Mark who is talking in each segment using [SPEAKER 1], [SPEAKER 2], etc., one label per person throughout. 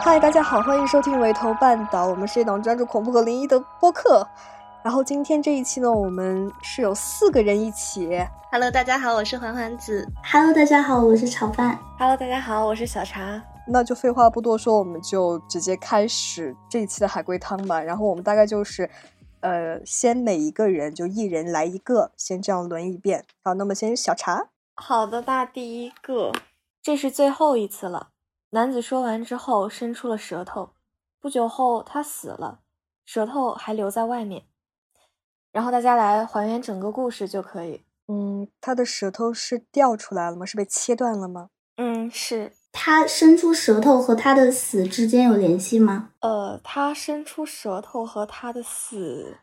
[SPEAKER 1] 嗨，大家好，欢迎收听《围头半岛》，我们是一档专注恐怖和灵异的播客。然后今天这一期呢，我们是有四个人一起。
[SPEAKER 2] Hello，大家好，我是环环子。
[SPEAKER 3] Hello，大家好，我是炒饭。
[SPEAKER 4] Hello，大家好，我是小茶。
[SPEAKER 1] 那就废话不多说，我们就直接开始这一期的海龟汤吧。然后我们大概就是，呃，先每一个人就一人来一个，先这样轮一遍。好，那么先小茶。
[SPEAKER 4] 好的，那第一个，这是最后一次了。男子说完之后，伸出了舌头。不久后，他死了，舌头还留在外面。然后大家来还原整个故事就可以。
[SPEAKER 1] 嗯，他的舌头是掉出来了吗？是被切断了吗？
[SPEAKER 4] 嗯，是。
[SPEAKER 3] 他伸出舌头和他的死之间有联系吗？
[SPEAKER 4] 呃，他伸出舌头和他的死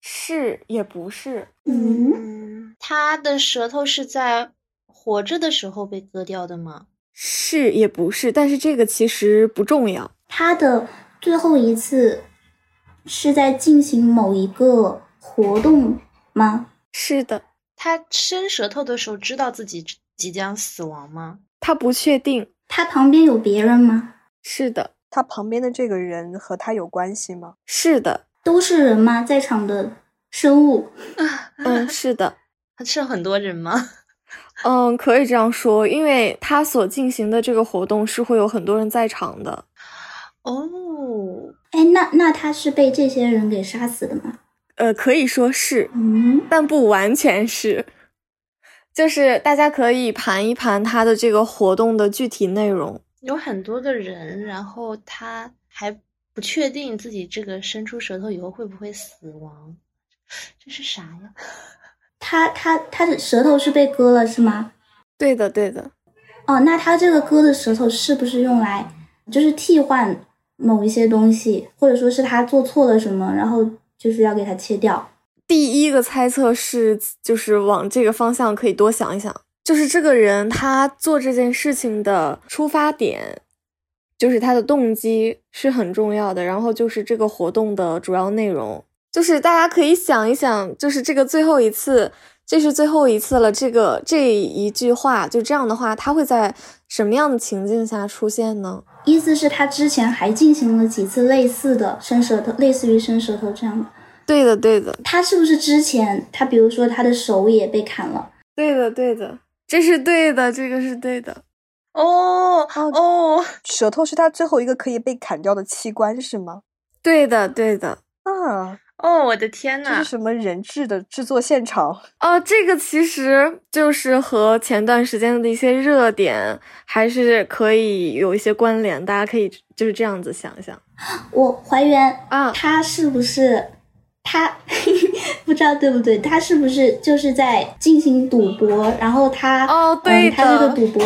[SPEAKER 4] 是也不是，
[SPEAKER 3] 嗯，
[SPEAKER 2] 嗯，他的舌头是在活着的时候被割掉的吗？
[SPEAKER 4] 是也不是，但是这个其实不重要。
[SPEAKER 3] 他的最后一次是在进行某一个活动吗？
[SPEAKER 4] 是的，
[SPEAKER 2] 他伸舌头的时候知道自己即将死亡吗？
[SPEAKER 4] 他不确定。
[SPEAKER 3] 他旁边有别人吗？
[SPEAKER 4] 是的，
[SPEAKER 1] 他旁边的这个人和他有关系吗？
[SPEAKER 4] 是的，
[SPEAKER 3] 都是人吗？在场的生物
[SPEAKER 4] 嗯，是的。
[SPEAKER 2] 是很多人吗？
[SPEAKER 4] 嗯，可以这样说，因为他所进行的这个活动是会有很多人在场的。
[SPEAKER 2] 哦，
[SPEAKER 3] 哎，那那他是被这些人给杀死的吗？
[SPEAKER 4] 呃，可以说是，
[SPEAKER 3] 嗯，
[SPEAKER 4] 但不完全是。就是大家可以盘一盘他的这个活动的具体内容。
[SPEAKER 2] 有很多个人，然后他还不确定自己这个伸出舌头以后会不会死亡，这是啥呀？
[SPEAKER 3] 他他他的舌头是被割了是吗？
[SPEAKER 4] 对的，对的，
[SPEAKER 3] 哦，那他这个割的舌头是不是用来就是替换某一些东西，或者说是他做错了什么，然后就是要给他切掉？
[SPEAKER 4] 第一个猜测是，就是往这个方向可以多想一想，就是这个人他做这件事情的出发点，就是他的动机是很重要的，然后就是这个活动的主要内容，就是大家可以想一想，就是这个最后一次，这是最后一次了，这个这一句话就这样的话，他会在什么样的情境下出现呢？
[SPEAKER 3] 意思是，他之前还进行了几次类似的伸舌头，类似于伸舌头这样的。
[SPEAKER 4] 对的，对的，
[SPEAKER 3] 他是不是之前他比如说他的手也被砍了？
[SPEAKER 4] 对的，对的，这是对的，这个是对的，
[SPEAKER 2] 哦哦，
[SPEAKER 1] 舌头是他最后一个可以被砍掉的器官是吗？
[SPEAKER 4] 对的，对的。
[SPEAKER 1] 啊，
[SPEAKER 2] 哦，我的天
[SPEAKER 1] 这
[SPEAKER 2] 呐
[SPEAKER 1] 是！什么人质的制作现场？
[SPEAKER 4] 哦，这个其实就是和前段时间的一些热点还是可以有一些关联，大家可以就是这样子想一想
[SPEAKER 3] 我还原
[SPEAKER 4] 啊。
[SPEAKER 3] 他是不是他 不知道对不对？他是不是就是在进行赌博？然后他
[SPEAKER 4] 哦对
[SPEAKER 3] 嗯，他这个
[SPEAKER 4] 的
[SPEAKER 3] 赌博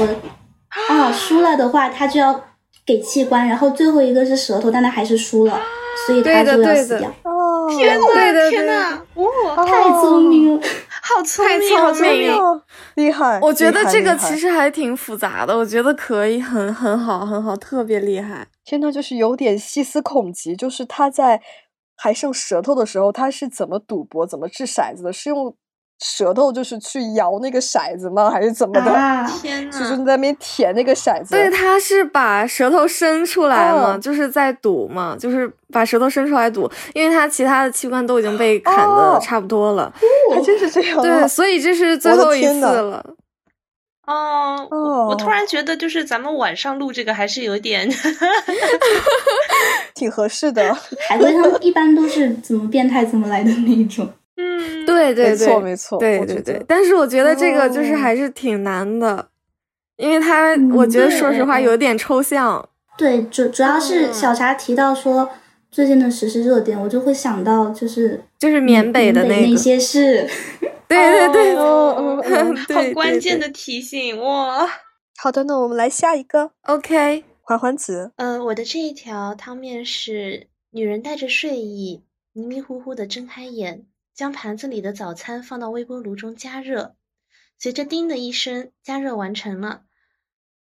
[SPEAKER 3] 啊输了的话，他就要给器官，然后最后一个是舌头，但他还是输了，所以他
[SPEAKER 4] 对的
[SPEAKER 3] 就要
[SPEAKER 4] 对
[SPEAKER 3] 死
[SPEAKER 4] 的
[SPEAKER 3] 掉。
[SPEAKER 1] 哦，
[SPEAKER 2] 天呐，
[SPEAKER 4] 对的
[SPEAKER 2] 天
[SPEAKER 4] 对的
[SPEAKER 2] 呐，哇、
[SPEAKER 1] 哦
[SPEAKER 3] 太聪明了，
[SPEAKER 2] 好聪
[SPEAKER 4] 太
[SPEAKER 2] 明，
[SPEAKER 4] 聪
[SPEAKER 2] 好
[SPEAKER 1] 真
[SPEAKER 4] 明
[SPEAKER 1] 的哦厉害！
[SPEAKER 4] 我觉得
[SPEAKER 1] 厉害
[SPEAKER 4] 这个
[SPEAKER 1] 厉害
[SPEAKER 4] 其实还挺复杂的，我觉得可以很很好很好，特别厉害。
[SPEAKER 1] 天呐，就是有点细思恐极，就是他在还剩舌头的时候，他是怎么赌博、怎么掷骰子的？是用舌头就是去摇那个骰子吗？还是怎么的？
[SPEAKER 3] 啊！
[SPEAKER 2] 天呐！
[SPEAKER 1] 就是在那边舔那个骰子。
[SPEAKER 4] 对，他是把舌头伸出来嘛，
[SPEAKER 1] 哦
[SPEAKER 4] 就是在赌嘛，就是把舌头伸出来赌，因为他其他的器官都已经被砍
[SPEAKER 1] 哦
[SPEAKER 4] 的差不多了，
[SPEAKER 1] 还真是这样、啊。
[SPEAKER 4] 对，所以这是最
[SPEAKER 1] 我的
[SPEAKER 4] 后一
[SPEAKER 1] 天
[SPEAKER 4] 次
[SPEAKER 1] 呐
[SPEAKER 4] 了。
[SPEAKER 2] 哦，我我突
[SPEAKER 1] 哦
[SPEAKER 2] 然觉得就是咱们晚上录这个还是有点
[SPEAKER 1] 挺合适的。
[SPEAKER 3] 海龟汤一般都是怎么变态怎么来的那一种。
[SPEAKER 2] 嗯，
[SPEAKER 4] 对对
[SPEAKER 1] 没
[SPEAKER 4] 对，
[SPEAKER 1] 错，没错。
[SPEAKER 4] 对
[SPEAKER 1] 我
[SPEAKER 4] 对
[SPEAKER 1] 觉
[SPEAKER 4] 对
[SPEAKER 1] 得，
[SPEAKER 4] 但是我觉得这个就是
[SPEAKER 1] 哦
[SPEAKER 4] 还是挺难的，因为它
[SPEAKER 3] 嗯
[SPEAKER 4] 我觉得
[SPEAKER 3] 对
[SPEAKER 4] 说实话
[SPEAKER 3] 嗯
[SPEAKER 4] 有点抽象。
[SPEAKER 3] 对，主主要是
[SPEAKER 2] 嗯
[SPEAKER 3] 小茶提到说最近的时事热点，我就会想到就是
[SPEAKER 4] 就是缅北的
[SPEAKER 3] 那
[SPEAKER 4] 那个，
[SPEAKER 3] 些事。
[SPEAKER 4] 对对对，
[SPEAKER 2] 哦
[SPEAKER 4] 嗯嗯对
[SPEAKER 2] 好关键
[SPEAKER 4] 对
[SPEAKER 2] 的提醒哇。
[SPEAKER 1] 好的，那我们来下一个。
[SPEAKER 4] OK，
[SPEAKER 1] 环环子，
[SPEAKER 2] 嗯、我的这一条汤面是：女人带着睡意，迷迷糊糊的睁开眼，将盘子里的早餐放到微波炉中加热，随着“叮”的一声，加热完成了。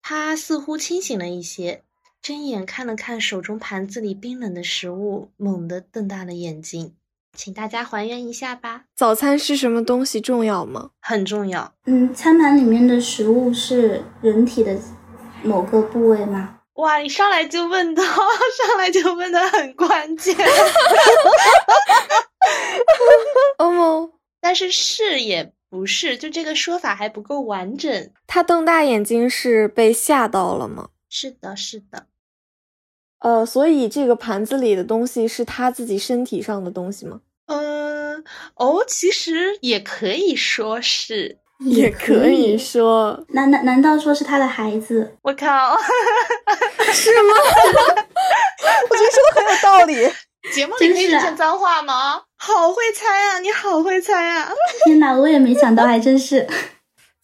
[SPEAKER 2] 她似乎清醒了一些，睁眼看了看手中盘子里冰冷的食物，猛地瞪大了眼睛。请大家还原一下吧，
[SPEAKER 4] 早餐是什么东西重要吗？
[SPEAKER 2] 很重要。
[SPEAKER 3] 嗯，餐盘里面的食物是人体的某个部位吗？
[SPEAKER 2] 哇，你上来就问到， 上来就问的很关键。
[SPEAKER 4] 欧某，
[SPEAKER 2] 但是是也不是，就这个说法还不够完整。
[SPEAKER 4] 他瞪大眼睛是被吓到了吗？
[SPEAKER 2] 是的，是的，
[SPEAKER 4] 呃，所以这个盘子里的东西是他自己身体上的东西吗？
[SPEAKER 2] 嗯，哦，其实也可以说是。
[SPEAKER 4] 也可以说
[SPEAKER 3] 难难难道说是他的孩子？
[SPEAKER 2] 我靠，
[SPEAKER 4] 是吗？
[SPEAKER 1] 我觉得说的很有道理。
[SPEAKER 2] 节 目里可以
[SPEAKER 3] 真是啊
[SPEAKER 2] 讲脏话吗？好会猜啊，你好会猜啊！
[SPEAKER 3] 天哪，我也没想到，还真是，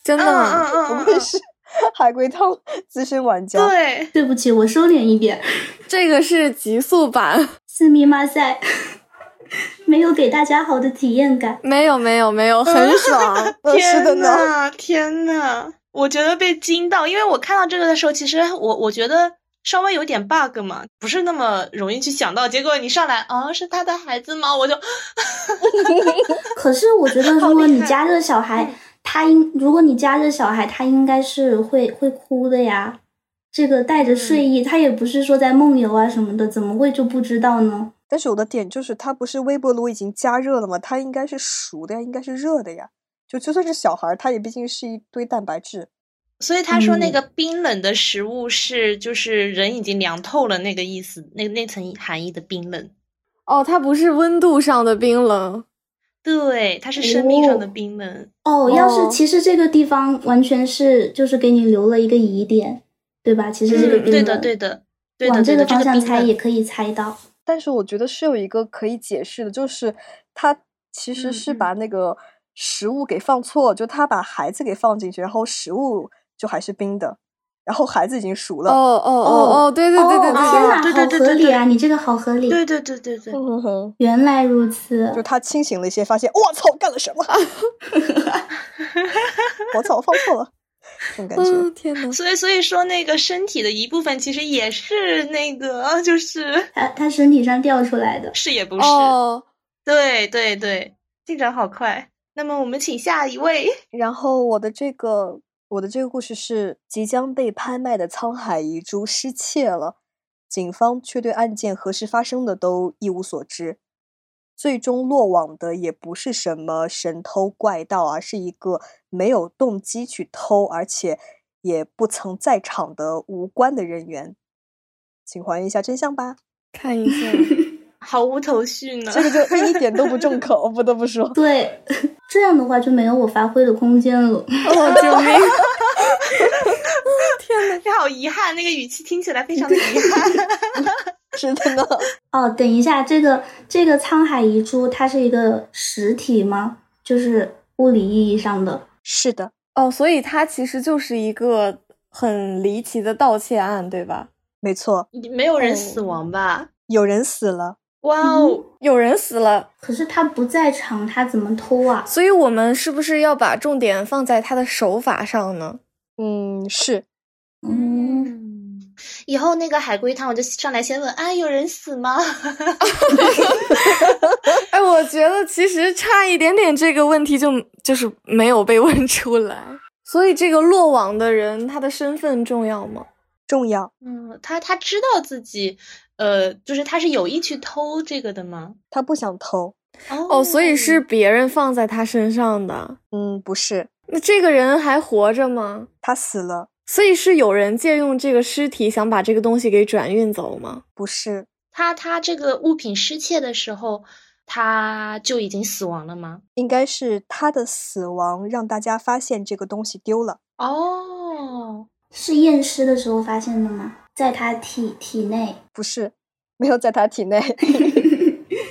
[SPEAKER 4] 真的
[SPEAKER 2] 嗯嗯
[SPEAKER 4] 吗？
[SPEAKER 2] 嗯
[SPEAKER 1] 不
[SPEAKER 2] 嗯
[SPEAKER 1] 愧是海龟汤资深玩家。
[SPEAKER 2] 对，
[SPEAKER 3] 对不起，我收敛一点。
[SPEAKER 4] 这个是极速版，
[SPEAKER 3] 四密马赛， 没有给大家好的体验感。
[SPEAKER 4] 没有没有没有，很爽。
[SPEAKER 1] 嗯，是的呢。
[SPEAKER 2] 呐，天呐，我觉得被惊到，因为我看到这个的时候，其实我我觉得稍微有点 bug 嘛，不是那么容易去想到。结果你上来啊、是他的孩子吗？我就
[SPEAKER 3] 可是我觉得，
[SPEAKER 2] 好
[SPEAKER 3] 如果
[SPEAKER 2] 厉
[SPEAKER 3] 你
[SPEAKER 2] 害哦嗯
[SPEAKER 3] 加热小孩，他应如果你加热小孩，他应该是会会哭的呀。这个带着睡
[SPEAKER 2] 嗯
[SPEAKER 3] 意，他也不是说在梦游啊什么的，怎么会就不知道呢？
[SPEAKER 1] 但是我的点就是，它不是微波炉已经加热了吗？它应该是熟的呀，应该是热的呀。就就算是小孩儿，他也毕竟是一堆蛋白质。
[SPEAKER 2] 所以他说那
[SPEAKER 3] 嗯
[SPEAKER 2] 个冰冷的食物是就是人已经凉透了那个意思，那那层含义的冰冷。
[SPEAKER 4] 哦，它不是温度上的冰冷，
[SPEAKER 2] 对，它是生命上的
[SPEAKER 3] 哦
[SPEAKER 2] 冰冷。
[SPEAKER 3] 哦，要是
[SPEAKER 4] 哦
[SPEAKER 3] 其实这个地方完全是就是给你留了一个疑点，对吧？其实这个
[SPEAKER 2] 嗯，
[SPEAKER 3] 冰
[SPEAKER 2] 对
[SPEAKER 3] 冷，
[SPEAKER 2] 的，对的，对的，
[SPEAKER 3] 往
[SPEAKER 2] 对
[SPEAKER 3] 这
[SPEAKER 2] 的，
[SPEAKER 3] 个
[SPEAKER 2] 这
[SPEAKER 3] 方
[SPEAKER 2] 个
[SPEAKER 3] 向
[SPEAKER 2] 冰
[SPEAKER 3] 猜
[SPEAKER 2] 冷
[SPEAKER 3] 也可以猜到。
[SPEAKER 1] 但是我觉得是有一个可以解释的，就是他其实
[SPEAKER 2] 嗯
[SPEAKER 1] 是
[SPEAKER 2] 嗯
[SPEAKER 1] 把那个食物给放错，就他把孩子给放进去，然后食物就还是冰的，然后孩子已经熟
[SPEAKER 4] 哦
[SPEAKER 1] 了。
[SPEAKER 4] 哦哦哦，对对对对
[SPEAKER 3] 哦，天
[SPEAKER 4] 对
[SPEAKER 3] 哪，
[SPEAKER 2] 对对
[SPEAKER 3] 好
[SPEAKER 2] 对
[SPEAKER 3] 合
[SPEAKER 2] 对
[SPEAKER 3] 理
[SPEAKER 2] 对
[SPEAKER 3] 啊！你这个好合理。
[SPEAKER 2] 对对对对
[SPEAKER 3] 哦
[SPEAKER 2] 对，
[SPEAKER 1] 哼哼，
[SPEAKER 3] 原来如此，
[SPEAKER 1] 就他清醒了一些，发现我操，干了什么？ 我操，我放错了，这种感
[SPEAKER 4] 对，
[SPEAKER 1] 觉。
[SPEAKER 4] 嗯，天哪，
[SPEAKER 2] 所以所以说那个身体的一部分其实也是那个，就是
[SPEAKER 3] 他他身体上掉出来的。
[SPEAKER 2] 是也不是，
[SPEAKER 4] 哦，
[SPEAKER 2] 对对对，进展好快。那么我们请下一位，
[SPEAKER 1] 然后我的这个我的这个故事是即将被拍卖的沧海遗珠失窃了，警方却对案件何时发生的都一无所知，最终落网的也不是什么神偷怪盗而是一个没有动机去偷，而且也不曾在场的无关的人员。请还原一下真相吧，
[SPEAKER 4] 看一 下，
[SPEAKER 2] 毫无头绪 呢。
[SPEAKER 1] 这个就一点都不重口，不得不说。
[SPEAKER 3] 对， 这样的话就没有我发挥的空间了。
[SPEAKER 4] 哦，救命！
[SPEAKER 2] 你好遗憾，那个语气听起来非常的遗 憾。
[SPEAKER 1] 是的呢，
[SPEAKER 3] 哦，等一下，这个这个沧海遗珠，它是一个实体吗？就是物理意义上的。
[SPEAKER 1] 是的，
[SPEAKER 4] 哦，所以它其实就是一个很离奇的盗窃案，对吧？
[SPEAKER 1] 没错，
[SPEAKER 2] 没有人
[SPEAKER 3] 哦
[SPEAKER 2] 死亡
[SPEAKER 3] 嗯
[SPEAKER 2] 吧？
[SPEAKER 1] 有人死了。
[SPEAKER 2] 哇哦，
[SPEAKER 4] 有人死了，
[SPEAKER 3] 可是他不在场，他怎么偷啊？
[SPEAKER 4] 所以我们是不是要把重点放在他的手法上呢？
[SPEAKER 1] 嗯，是。
[SPEAKER 3] 嗯，
[SPEAKER 2] 嗯，以后那个海龟汤我就上来先问，哎，有人死吗？
[SPEAKER 4] 哎，我觉得其实差一点点这个问题就就是没有被问出来。所以这个落网的人，他的身份重要吗？
[SPEAKER 1] 重要，
[SPEAKER 2] 嗯，他他知道自己，呃，就是他是有意去偷这个的吗？
[SPEAKER 1] 他不想偷。
[SPEAKER 2] 哦
[SPEAKER 4] 哦，所以是别人放在他身上的。
[SPEAKER 1] 嗯，不是，
[SPEAKER 4] 那这个人还活着吗？
[SPEAKER 1] 他死了，
[SPEAKER 4] 所以是有人借用这个尸体，想把这个东西给转运走吗？
[SPEAKER 1] 不是，
[SPEAKER 2] 他他这个物品失窃的时候，他就已经死亡了吗？
[SPEAKER 1] 应该是他的死亡让大家发现这个东西丢了。
[SPEAKER 2] 哦，
[SPEAKER 3] 是验尸的时候发现的吗？在他体体内。
[SPEAKER 1] 不是，没有在他体内，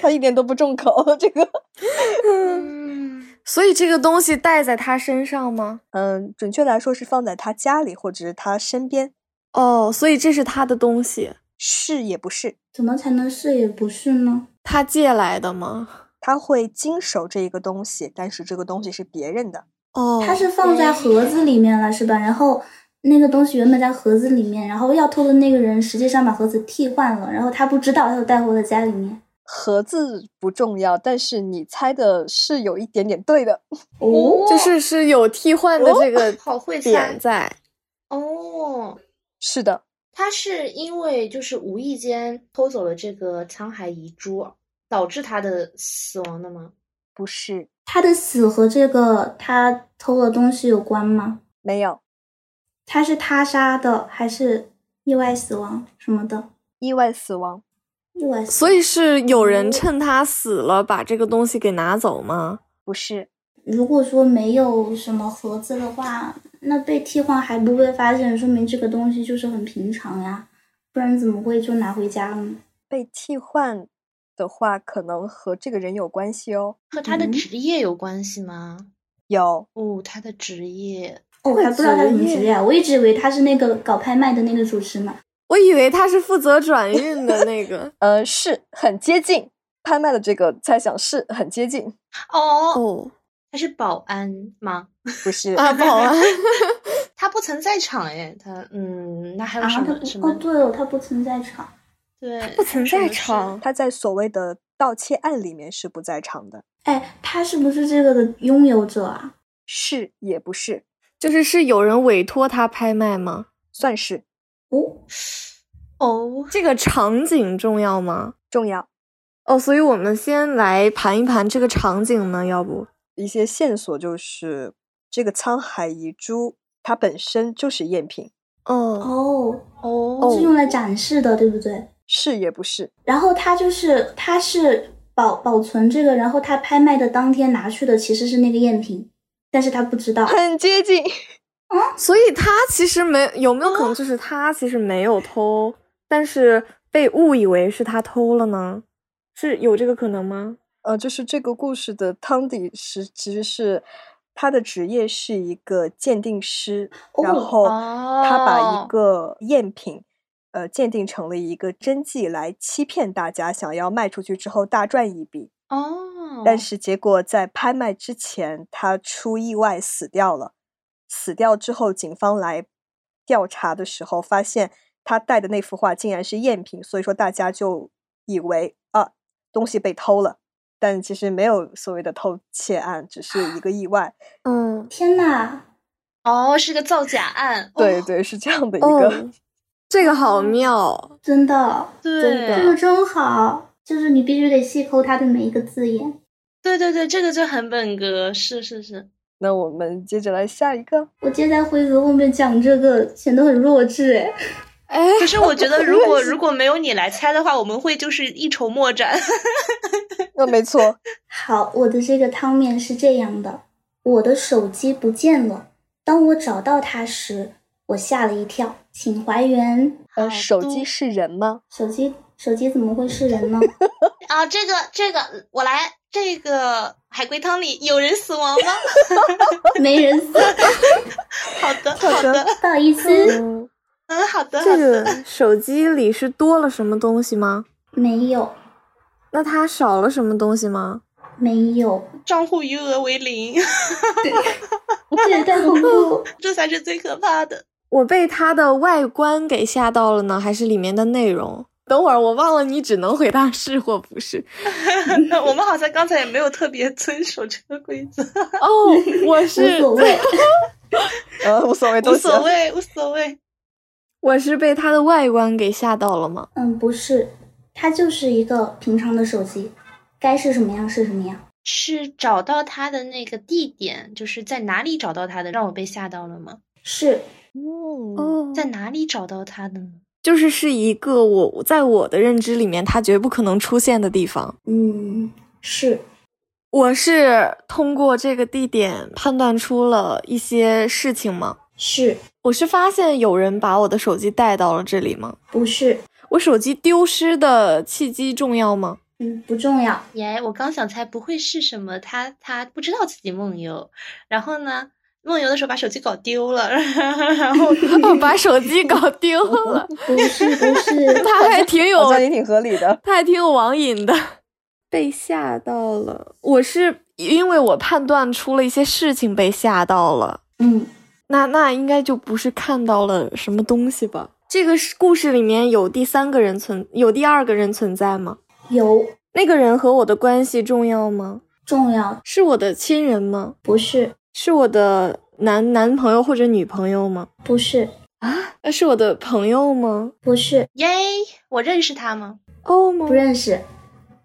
[SPEAKER 1] 他一点都不重口。这个，
[SPEAKER 2] 嗯，
[SPEAKER 4] 所以这个东西带在他身上吗？
[SPEAKER 1] 嗯，准确来说是放在他家里或者是他身边，
[SPEAKER 4] 哦，所以这是他的东西，
[SPEAKER 1] 是也不是。
[SPEAKER 3] 怎么才能是也不是呢？
[SPEAKER 4] 他借来的吗？
[SPEAKER 1] 他会经手这一个东西，但是这个东西是别人的。
[SPEAKER 4] 哦，
[SPEAKER 3] 它是放在盒子里面了，是吧？然后那个东西原本在盒子里面，然后要偷的那个人实际上把盒子替换了，然后他不知道，他就带回了家里面。
[SPEAKER 1] 盒子不重要，但是你猜的是有一点点对的。
[SPEAKER 2] 哦
[SPEAKER 4] 就是是有替换的这个
[SPEAKER 2] 好会猜
[SPEAKER 4] 点在。
[SPEAKER 2] 哦。
[SPEAKER 1] 是的，
[SPEAKER 2] 他是因为就是无意间偷走了这个沧海遗珠，导致他的死亡的吗？
[SPEAKER 1] 不是，
[SPEAKER 3] 他的死和这个他偷了东西有关吗？
[SPEAKER 1] 没有
[SPEAKER 3] 他是他杀的还是意外死亡什么的？
[SPEAKER 1] 意外死亡，
[SPEAKER 3] 意外死亡，
[SPEAKER 4] 所以是有人趁他死了把这个东西给拿走吗？
[SPEAKER 1] 不是，
[SPEAKER 3] 如果说没有什么盒子的话，那被替换还不被发现，说明这个东西就是很平常呀，不然怎么会就拿回家了呢？
[SPEAKER 1] 被替换的话，可能和这个人有关系哦。
[SPEAKER 2] 和他的
[SPEAKER 3] 嗯
[SPEAKER 2] 职业有关系吗？
[SPEAKER 1] 有，
[SPEAKER 2] 哦，他的职业
[SPEAKER 3] 哦，还不知道他什么职业啊，我一直以为他是那个搞拍卖的那个主持呢。
[SPEAKER 4] 我以为他是负责转运的那个
[SPEAKER 1] 呃，是很接近拍卖的这个猜想是很接近，
[SPEAKER 2] 哦，
[SPEAKER 4] 哦
[SPEAKER 2] 他是保安吗？
[SPEAKER 1] 不是
[SPEAKER 4] 啊，保安
[SPEAKER 2] 他不曾在场哎，他嗯，那还有
[SPEAKER 3] 啊，
[SPEAKER 2] 什
[SPEAKER 3] 他
[SPEAKER 2] 么、什
[SPEAKER 3] 不，
[SPEAKER 2] 么？
[SPEAKER 3] 哦，对哦，他不存在场。
[SPEAKER 2] 对，
[SPEAKER 4] 不曾
[SPEAKER 2] 还有
[SPEAKER 4] 在
[SPEAKER 2] 什么事
[SPEAKER 4] 场，
[SPEAKER 1] 他在所谓的盗窃案里面是不在场的，
[SPEAKER 3] 哎，他是不是这个的拥有者啊？
[SPEAKER 1] 是也不是，
[SPEAKER 4] 就是是有人委托他拍卖吗？
[SPEAKER 1] 算是
[SPEAKER 3] 哦，
[SPEAKER 2] 哦，
[SPEAKER 4] 这个场景重要吗？
[SPEAKER 1] 重要。
[SPEAKER 4] 哦，所以我们先来盘一盘这个场景呢，要不？
[SPEAKER 1] 一些线索就是这个沧海遗珠，它本身就是赝品，
[SPEAKER 4] 哦，
[SPEAKER 3] 哦，
[SPEAKER 2] 哦
[SPEAKER 3] 是用来展示的，对不对？
[SPEAKER 1] 是也不是，
[SPEAKER 3] 然后他就是他是保保存这个，然后他拍卖的当天拿去的其实是那个赝品，但是他不知道。
[SPEAKER 1] 很接近。
[SPEAKER 4] 所以他其实没有没有可能就是他其实没有偷，但是被误以为是他偷了呢？是有这个可能吗？
[SPEAKER 1] 呃，就是这个故事的汤底是其实是他的职业是一个鉴定师，然
[SPEAKER 3] 哦
[SPEAKER 1] 后他把
[SPEAKER 2] 哦
[SPEAKER 1] 一个赝品。呃，鉴定成了一个真迹来欺骗大家，想要卖出去之后大赚一笔。
[SPEAKER 2] 哦，
[SPEAKER 1] 但是结果在拍卖之前，他出意外死掉了。死掉之后，警方来调查的时候，发现他带的那幅画竟然是赝品，所以说大家就以为啊，东西被偷了。但其实没有所谓的偷窃案，只是一个意外。
[SPEAKER 4] 嗯，
[SPEAKER 3] 天呐，
[SPEAKER 2] 哦是个造假案，
[SPEAKER 1] 对
[SPEAKER 2] 哦、嗯
[SPEAKER 1] 对，是这样的一个。
[SPEAKER 4] 哦，这个好妙，
[SPEAKER 3] 真的，
[SPEAKER 4] 真
[SPEAKER 3] 这
[SPEAKER 4] 的
[SPEAKER 3] 个真好，就是你必须得细抠它的每一个字眼。
[SPEAKER 2] 对对对，这个就很本格，是是是，
[SPEAKER 1] 那我们接着来下一个。
[SPEAKER 3] 我接在辉哥后面讲这个，显得很弱智哎。
[SPEAKER 4] 哎，
[SPEAKER 2] 可是我觉得，如果如果没有你来猜的话，我们会就是一筹莫展。
[SPEAKER 1] 那没错，
[SPEAKER 3] 好，我的这个汤面是这样的：我的手机不见了。当我找到它时，我吓了一跳。请还原
[SPEAKER 1] 呃，
[SPEAKER 2] 好
[SPEAKER 1] 手
[SPEAKER 2] 多
[SPEAKER 1] 机是人吗？
[SPEAKER 3] 手机，手机怎么会是人呢？
[SPEAKER 2] 啊，这个这个，我来。这个海龟汤里有人死亡吗？
[SPEAKER 3] 没人死，
[SPEAKER 2] 好的，
[SPEAKER 1] 好
[SPEAKER 2] 好
[SPEAKER 1] 的
[SPEAKER 2] 的，
[SPEAKER 3] 不好意思，
[SPEAKER 4] 嗯，
[SPEAKER 2] 嗯，好的，
[SPEAKER 4] 这
[SPEAKER 2] 好的。
[SPEAKER 4] 个手机里是多了什么东西吗？
[SPEAKER 3] 没有，
[SPEAKER 4] 那它少了什么东西吗？
[SPEAKER 3] 没有，
[SPEAKER 2] 账户余额为零，
[SPEAKER 3] 这也太恐怖。
[SPEAKER 2] 这才是最可怕的。
[SPEAKER 4] 我被它的外观给吓到了呢，还是里面的内容？等会儿我忘了，你只能回答是或不是。
[SPEAKER 2] 我们好像刚才也没有特别遵守这个规则，
[SPEAKER 4] 哦，我
[SPEAKER 3] 无
[SPEAKER 4] 是
[SPEAKER 3] 所谓，
[SPEAKER 1] 呃，无所谓，
[SPEAKER 2] 无
[SPEAKER 1] 都行。
[SPEAKER 2] 所谓，无所谓。
[SPEAKER 4] 我是被它的外观给吓到了吗？
[SPEAKER 3] 嗯，不是，它就是一个平常的手机，该是什么样是什么样。
[SPEAKER 2] 是找到他的那个地点，就是在哪里找到他的，让我被吓到了吗？
[SPEAKER 3] 是
[SPEAKER 1] 嗯，
[SPEAKER 4] 哦
[SPEAKER 2] 在哪里找到他的呢？
[SPEAKER 4] 就是是一个我在我的认知里面，它绝不可能出现的地方。
[SPEAKER 3] 嗯，是
[SPEAKER 4] 我是通过这个地点判断出了一些事情吗？
[SPEAKER 3] 是，
[SPEAKER 4] 我是发现有人把我的手机带到了这里吗？
[SPEAKER 3] 不是，
[SPEAKER 4] 我手机丢失的契机重要吗？
[SPEAKER 3] 嗯，不重要。
[SPEAKER 2] 耶我刚想猜不会是什么，他他不知道自己梦游，然后呢，梦游的时候把手机搞丢了， 然后
[SPEAKER 4] 哦，把手机搞丢了，
[SPEAKER 3] 不是不是，
[SPEAKER 4] 他还挺有
[SPEAKER 1] 好，
[SPEAKER 2] 哦
[SPEAKER 1] 像也挺合理的。
[SPEAKER 4] 他还挺有网瘾的。被吓到了，我是因为我判断出了一些事情被吓到了。
[SPEAKER 3] 嗯，
[SPEAKER 4] 那那应该就不是看到了什么东西吧？这个是故事里面有第三个人存，有第二个人存在吗？
[SPEAKER 3] 有
[SPEAKER 4] 那个人和我的关系重要吗？
[SPEAKER 3] 重要
[SPEAKER 4] 是我的亲人吗？
[SPEAKER 3] 不是
[SPEAKER 4] 是我的男男朋友或者女朋友吗？
[SPEAKER 3] 不是
[SPEAKER 4] 啊，那是我的朋友吗？
[SPEAKER 3] 不是
[SPEAKER 2] 耶，我认识他吗？
[SPEAKER 4] 哦吗
[SPEAKER 3] 不？认识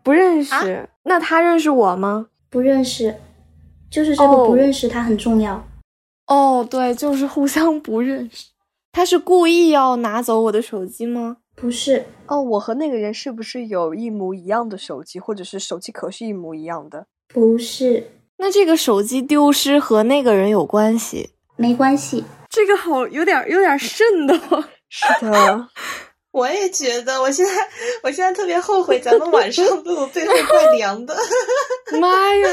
[SPEAKER 4] 不认识、
[SPEAKER 2] 啊
[SPEAKER 4] 那他认识我吗？
[SPEAKER 3] 不认识，就是这个
[SPEAKER 4] 哦
[SPEAKER 3] 不认识他很重要。
[SPEAKER 4] 哦，对，就是互相不认识。他是故意要拿走我的手机吗？
[SPEAKER 3] 不是
[SPEAKER 1] 哦，我和那个人是不是有一模一样的手机，或者是手机壳是一模一样的？
[SPEAKER 3] 不是
[SPEAKER 4] 那这个手机丢失和那个人有关系？
[SPEAKER 3] 没关系，
[SPEAKER 4] 这个好有点有点瘆得慌。
[SPEAKER 1] 是的，
[SPEAKER 2] 我也觉得，我现在我现在特别后悔咱们晚上录，最后怪凉的。
[SPEAKER 4] 妈呀！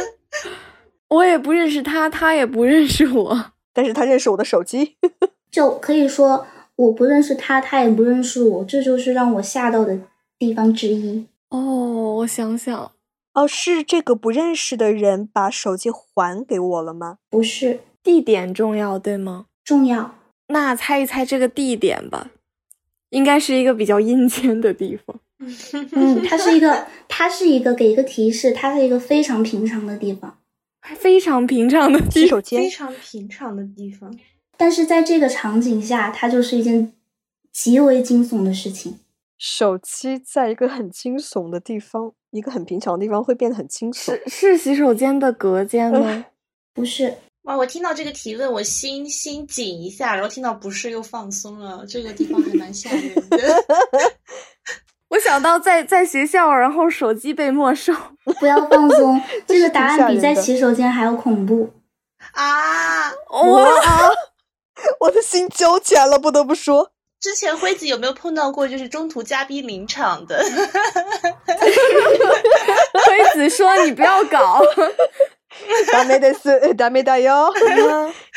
[SPEAKER 4] 我也不认识他，他也不认识我。
[SPEAKER 1] 但是他认识我的手机。
[SPEAKER 3] 就可以说我不认识他，他也不认识我，这就是让我吓到的地方之一。
[SPEAKER 4] 哦，我想想，
[SPEAKER 1] 哦，是这个不认识的人把手机还给我了吗？
[SPEAKER 3] 不是
[SPEAKER 4] 地点重要对吗？
[SPEAKER 3] 重要，
[SPEAKER 4] 那猜一猜这个地点吧，应该是一个比较阴间的地方。
[SPEAKER 3] 嗯，它是 一个，它是一个给一个提示，它是一个非常平常的地方，
[SPEAKER 4] 非常平常的
[SPEAKER 1] 洗
[SPEAKER 4] 地方，
[SPEAKER 1] 手
[SPEAKER 2] 非
[SPEAKER 1] 间。
[SPEAKER 2] 常平常的地方，
[SPEAKER 3] 但是在这个场景下，它就是一件极为惊悚的事情。
[SPEAKER 1] 手机在一个很惊悚的地方，一个很平常的地方会变得很惊悚。
[SPEAKER 4] 是是洗手间的隔间吗？
[SPEAKER 3] 不 是，
[SPEAKER 2] 哇！我听到这个提问，我心心紧一下，然后听到不是又放松了，这个地方还蛮吓人的。
[SPEAKER 4] 我想到在在学校，然后手机被没收。
[SPEAKER 3] 不要放松，这个
[SPEAKER 1] 挺
[SPEAKER 3] 答
[SPEAKER 1] 吓
[SPEAKER 3] 案比
[SPEAKER 1] 人
[SPEAKER 3] 在
[SPEAKER 1] 的
[SPEAKER 3] 洗手间还要恐怖。
[SPEAKER 2] 啊！
[SPEAKER 1] 哇， 我的心揪起来了，不得不 说，
[SPEAKER 2] 之前辉子有没有碰到过就是中途嘉宾临场的？
[SPEAKER 4] 辉子说：“你不要搞，
[SPEAKER 1] ダメです、ダメだよ、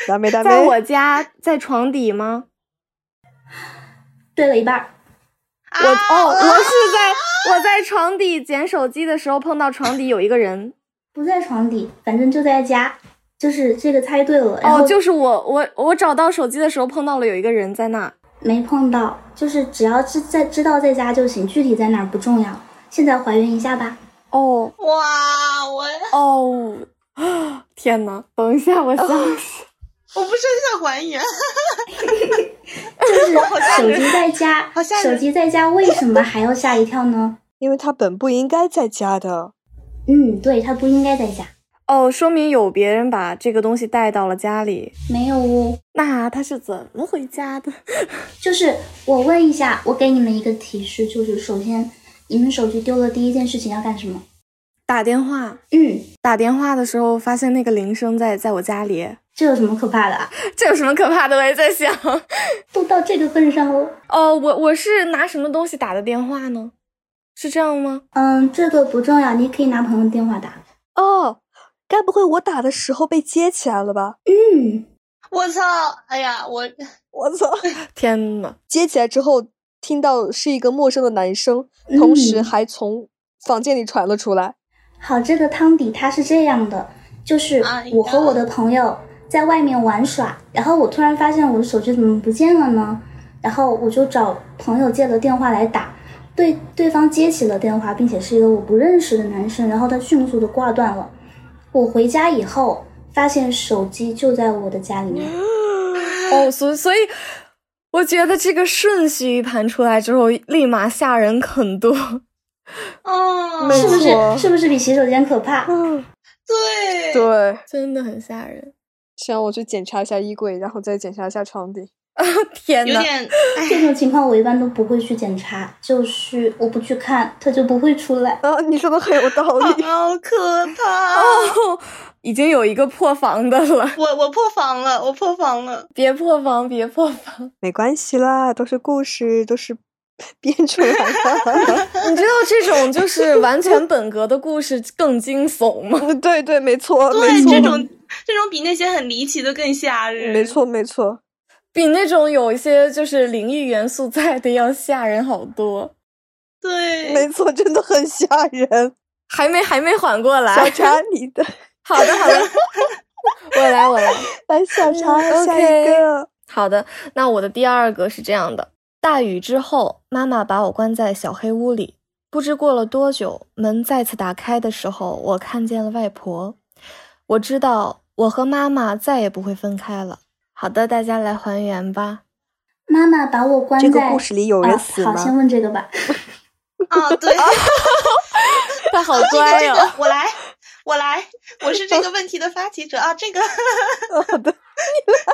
[SPEAKER 1] ダメダ
[SPEAKER 4] 在
[SPEAKER 1] メ。
[SPEAKER 4] 我家，在床底吗？”
[SPEAKER 3] 对了一半儿，
[SPEAKER 2] 啊
[SPEAKER 4] 我哦，我是在我在床底捡手机的时候碰到床底有一个人，
[SPEAKER 3] 不在床底，反正就在家，就是这个猜对了。然后
[SPEAKER 4] 哦，就是我我我找到手机的时候碰到了有一个人在那，
[SPEAKER 3] 没碰到，就是只要知在知道在家就行，具体在哪儿不重要。现在还原一下 吧，
[SPEAKER 4] 哦
[SPEAKER 2] 哇！我
[SPEAKER 4] 哦，天哪！等一下，我想
[SPEAKER 2] 我不是很想还原。
[SPEAKER 3] 就是
[SPEAKER 2] 吓
[SPEAKER 3] 手
[SPEAKER 2] 人
[SPEAKER 3] 机在家
[SPEAKER 2] 好吓，
[SPEAKER 3] 手
[SPEAKER 2] 人
[SPEAKER 3] 机在家为什么还要吓一跳呢？
[SPEAKER 1] 因为他本不应该在家的。
[SPEAKER 3] 嗯，对，它不应该在家。
[SPEAKER 4] 哦，说明有别人把这个东西带到了家里，
[SPEAKER 3] 没有哦，
[SPEAKER 4] 那他是怎么回家的？
[SPEAKER 3] 就是我问一下，我给你们一个提示，就是首先你们手机丢了，第一件事情要干什么？
[SPEAKER 4] 打电话，
[SPEAKER 3] 嗯，
[SPEAKER 4] 打电话的时候发现那个铃声在在我家里，
[SPEAKER 3] 这有什么可怕的啊？
[SPEAKER 4] 这有什么可怕的？我也在想。
[SPEAKER 3] 都到这个份上了，
[SPEAKER 4] 哦，我我是拿什么东西打的电话呢？是这样吗？
[SPEAKER 3] 嗯，这个不重要，你可以拿朋友电话打。
[SPEAKER 1] 哦，该不会我打的时候被接起来了吧？
[SPEAKER 3] 嗯，
[SPEAKER 2] 我操！哎呀，我
[SPEAKER 1] 我操！
[SPEAKER 4] 天呐，
[SPEAKER 1] 接起来之后，听到是一个陌生的男声，同时
[SPEAKER 3] 嗯
[SPEAKER 1] 还从房间里传了出来。
[SPEAKER 3] 好，这个汤底它是这样的，就是
[SPEAKER 2] 啊你
[SPEAKER 3] 我和我的朋友在外面玩耍，然后我突然发现我的手机怎么不见了呢？然后我就找朋友借了电话来打，对对方接起了电话，并且是一个我不认识的男生，然后他迅速的挂断了。我回家以后发现手机就在我的家里面，
[SPEAKER 1] 嗯
[SPEAKER 4] 哦，所以所以，我觉得这个顺序一盘出来之后，立马吓人很多。
[SPEAKER 2] 哦，
[SPEAKER 1] 没
[SPEAKER 3] 是不
[SPEAKER 1] 错
[SPEAKER 3] 是？是不是比洗手间可怕？
[SPEAKER 1] 嗯，
[SPEAKER 2] 对
[SPEAKER 1] 对。
[SPEAKER 4] 真的很吓人。
[SPEAKER 1] 先让我去检查一下衣柜，然后再检查一下床底。
[SPEAKER 4] 天
[SPEAKER 2] 有
[SPEAKER 4] 呐，
[SPEAKER 2] 点
[SPEAKER 1] 哎
[SPEAKER 3] 这种情况我一般都不会去检查，就是我不去看，它就不会出来。
[SPEAKER 1] 啊，你说的很有道理。
[SPEAKER 2] 好可怕！
[SPEAKER 4] 哦，已经有一个破防的了，
[SPEAKER 2] 我我破防了，我破防了。
[SPEAKER 4] 别破防，别破防！
[SPEAKER 1] 没关系啦，都是故事，都是编 出来的。
[SPEAKER 4] 你知道这种就是完全本格的故事更惊悚吗？
[SPEAKER 1] 嗯 对对，没错，没
[SPEAKER 2] 对，
[SPEAKER 1] 错，
[SPEAKER 2] 这种这种比那些很离奇的更吓人。
[SPEAKER 1] 没，错，没错。
[SPEAKER 4] 比那种有一些就是灵异元素在的要吓人好多。
[SPEAKER 2] 对，
[SPEAKER 1] 没错，真的很吓人。
[SPEAKER 4] 还没还没缓过来，
[SPEAKER 1] 小查你的，
[SPEAKER 4] 好的好的， 我来我来。
[SPEAKER 1] 来小查
[SPEAKER 4] 嗯
[SPEAKER 1] 下一
[SPEAKER 4] OK
[SPEAKER 1] 个。
[SPEAKER 4] 好的，那我的第二个是这样的：大雨之后，妈妈把我关在小黑屋里，不知过了多久，门再次打开的时候，我看见了外婆。我知道我和妈妈再也不会分开了。好的，大家来还原吧。
[SPEAKER 3] 妈妈把我关在
[SPEAKER 1] 这个故事里有人死吗
[SPEAKER 3] 啊？好，先问这个吧。
[SPEAKER 2] 哦，对，
[SPEAKER 5] 他好乖哦
[SPEAKER 2] 这
[SPEAKER 5] 呀、
[SPEAKER 2] 个
[SPEAKER 4] 哦
[SPEAKER 2] 这个我来，我来，我是这个问题的发起者啊。这个
[SPEAKER 1] 好的，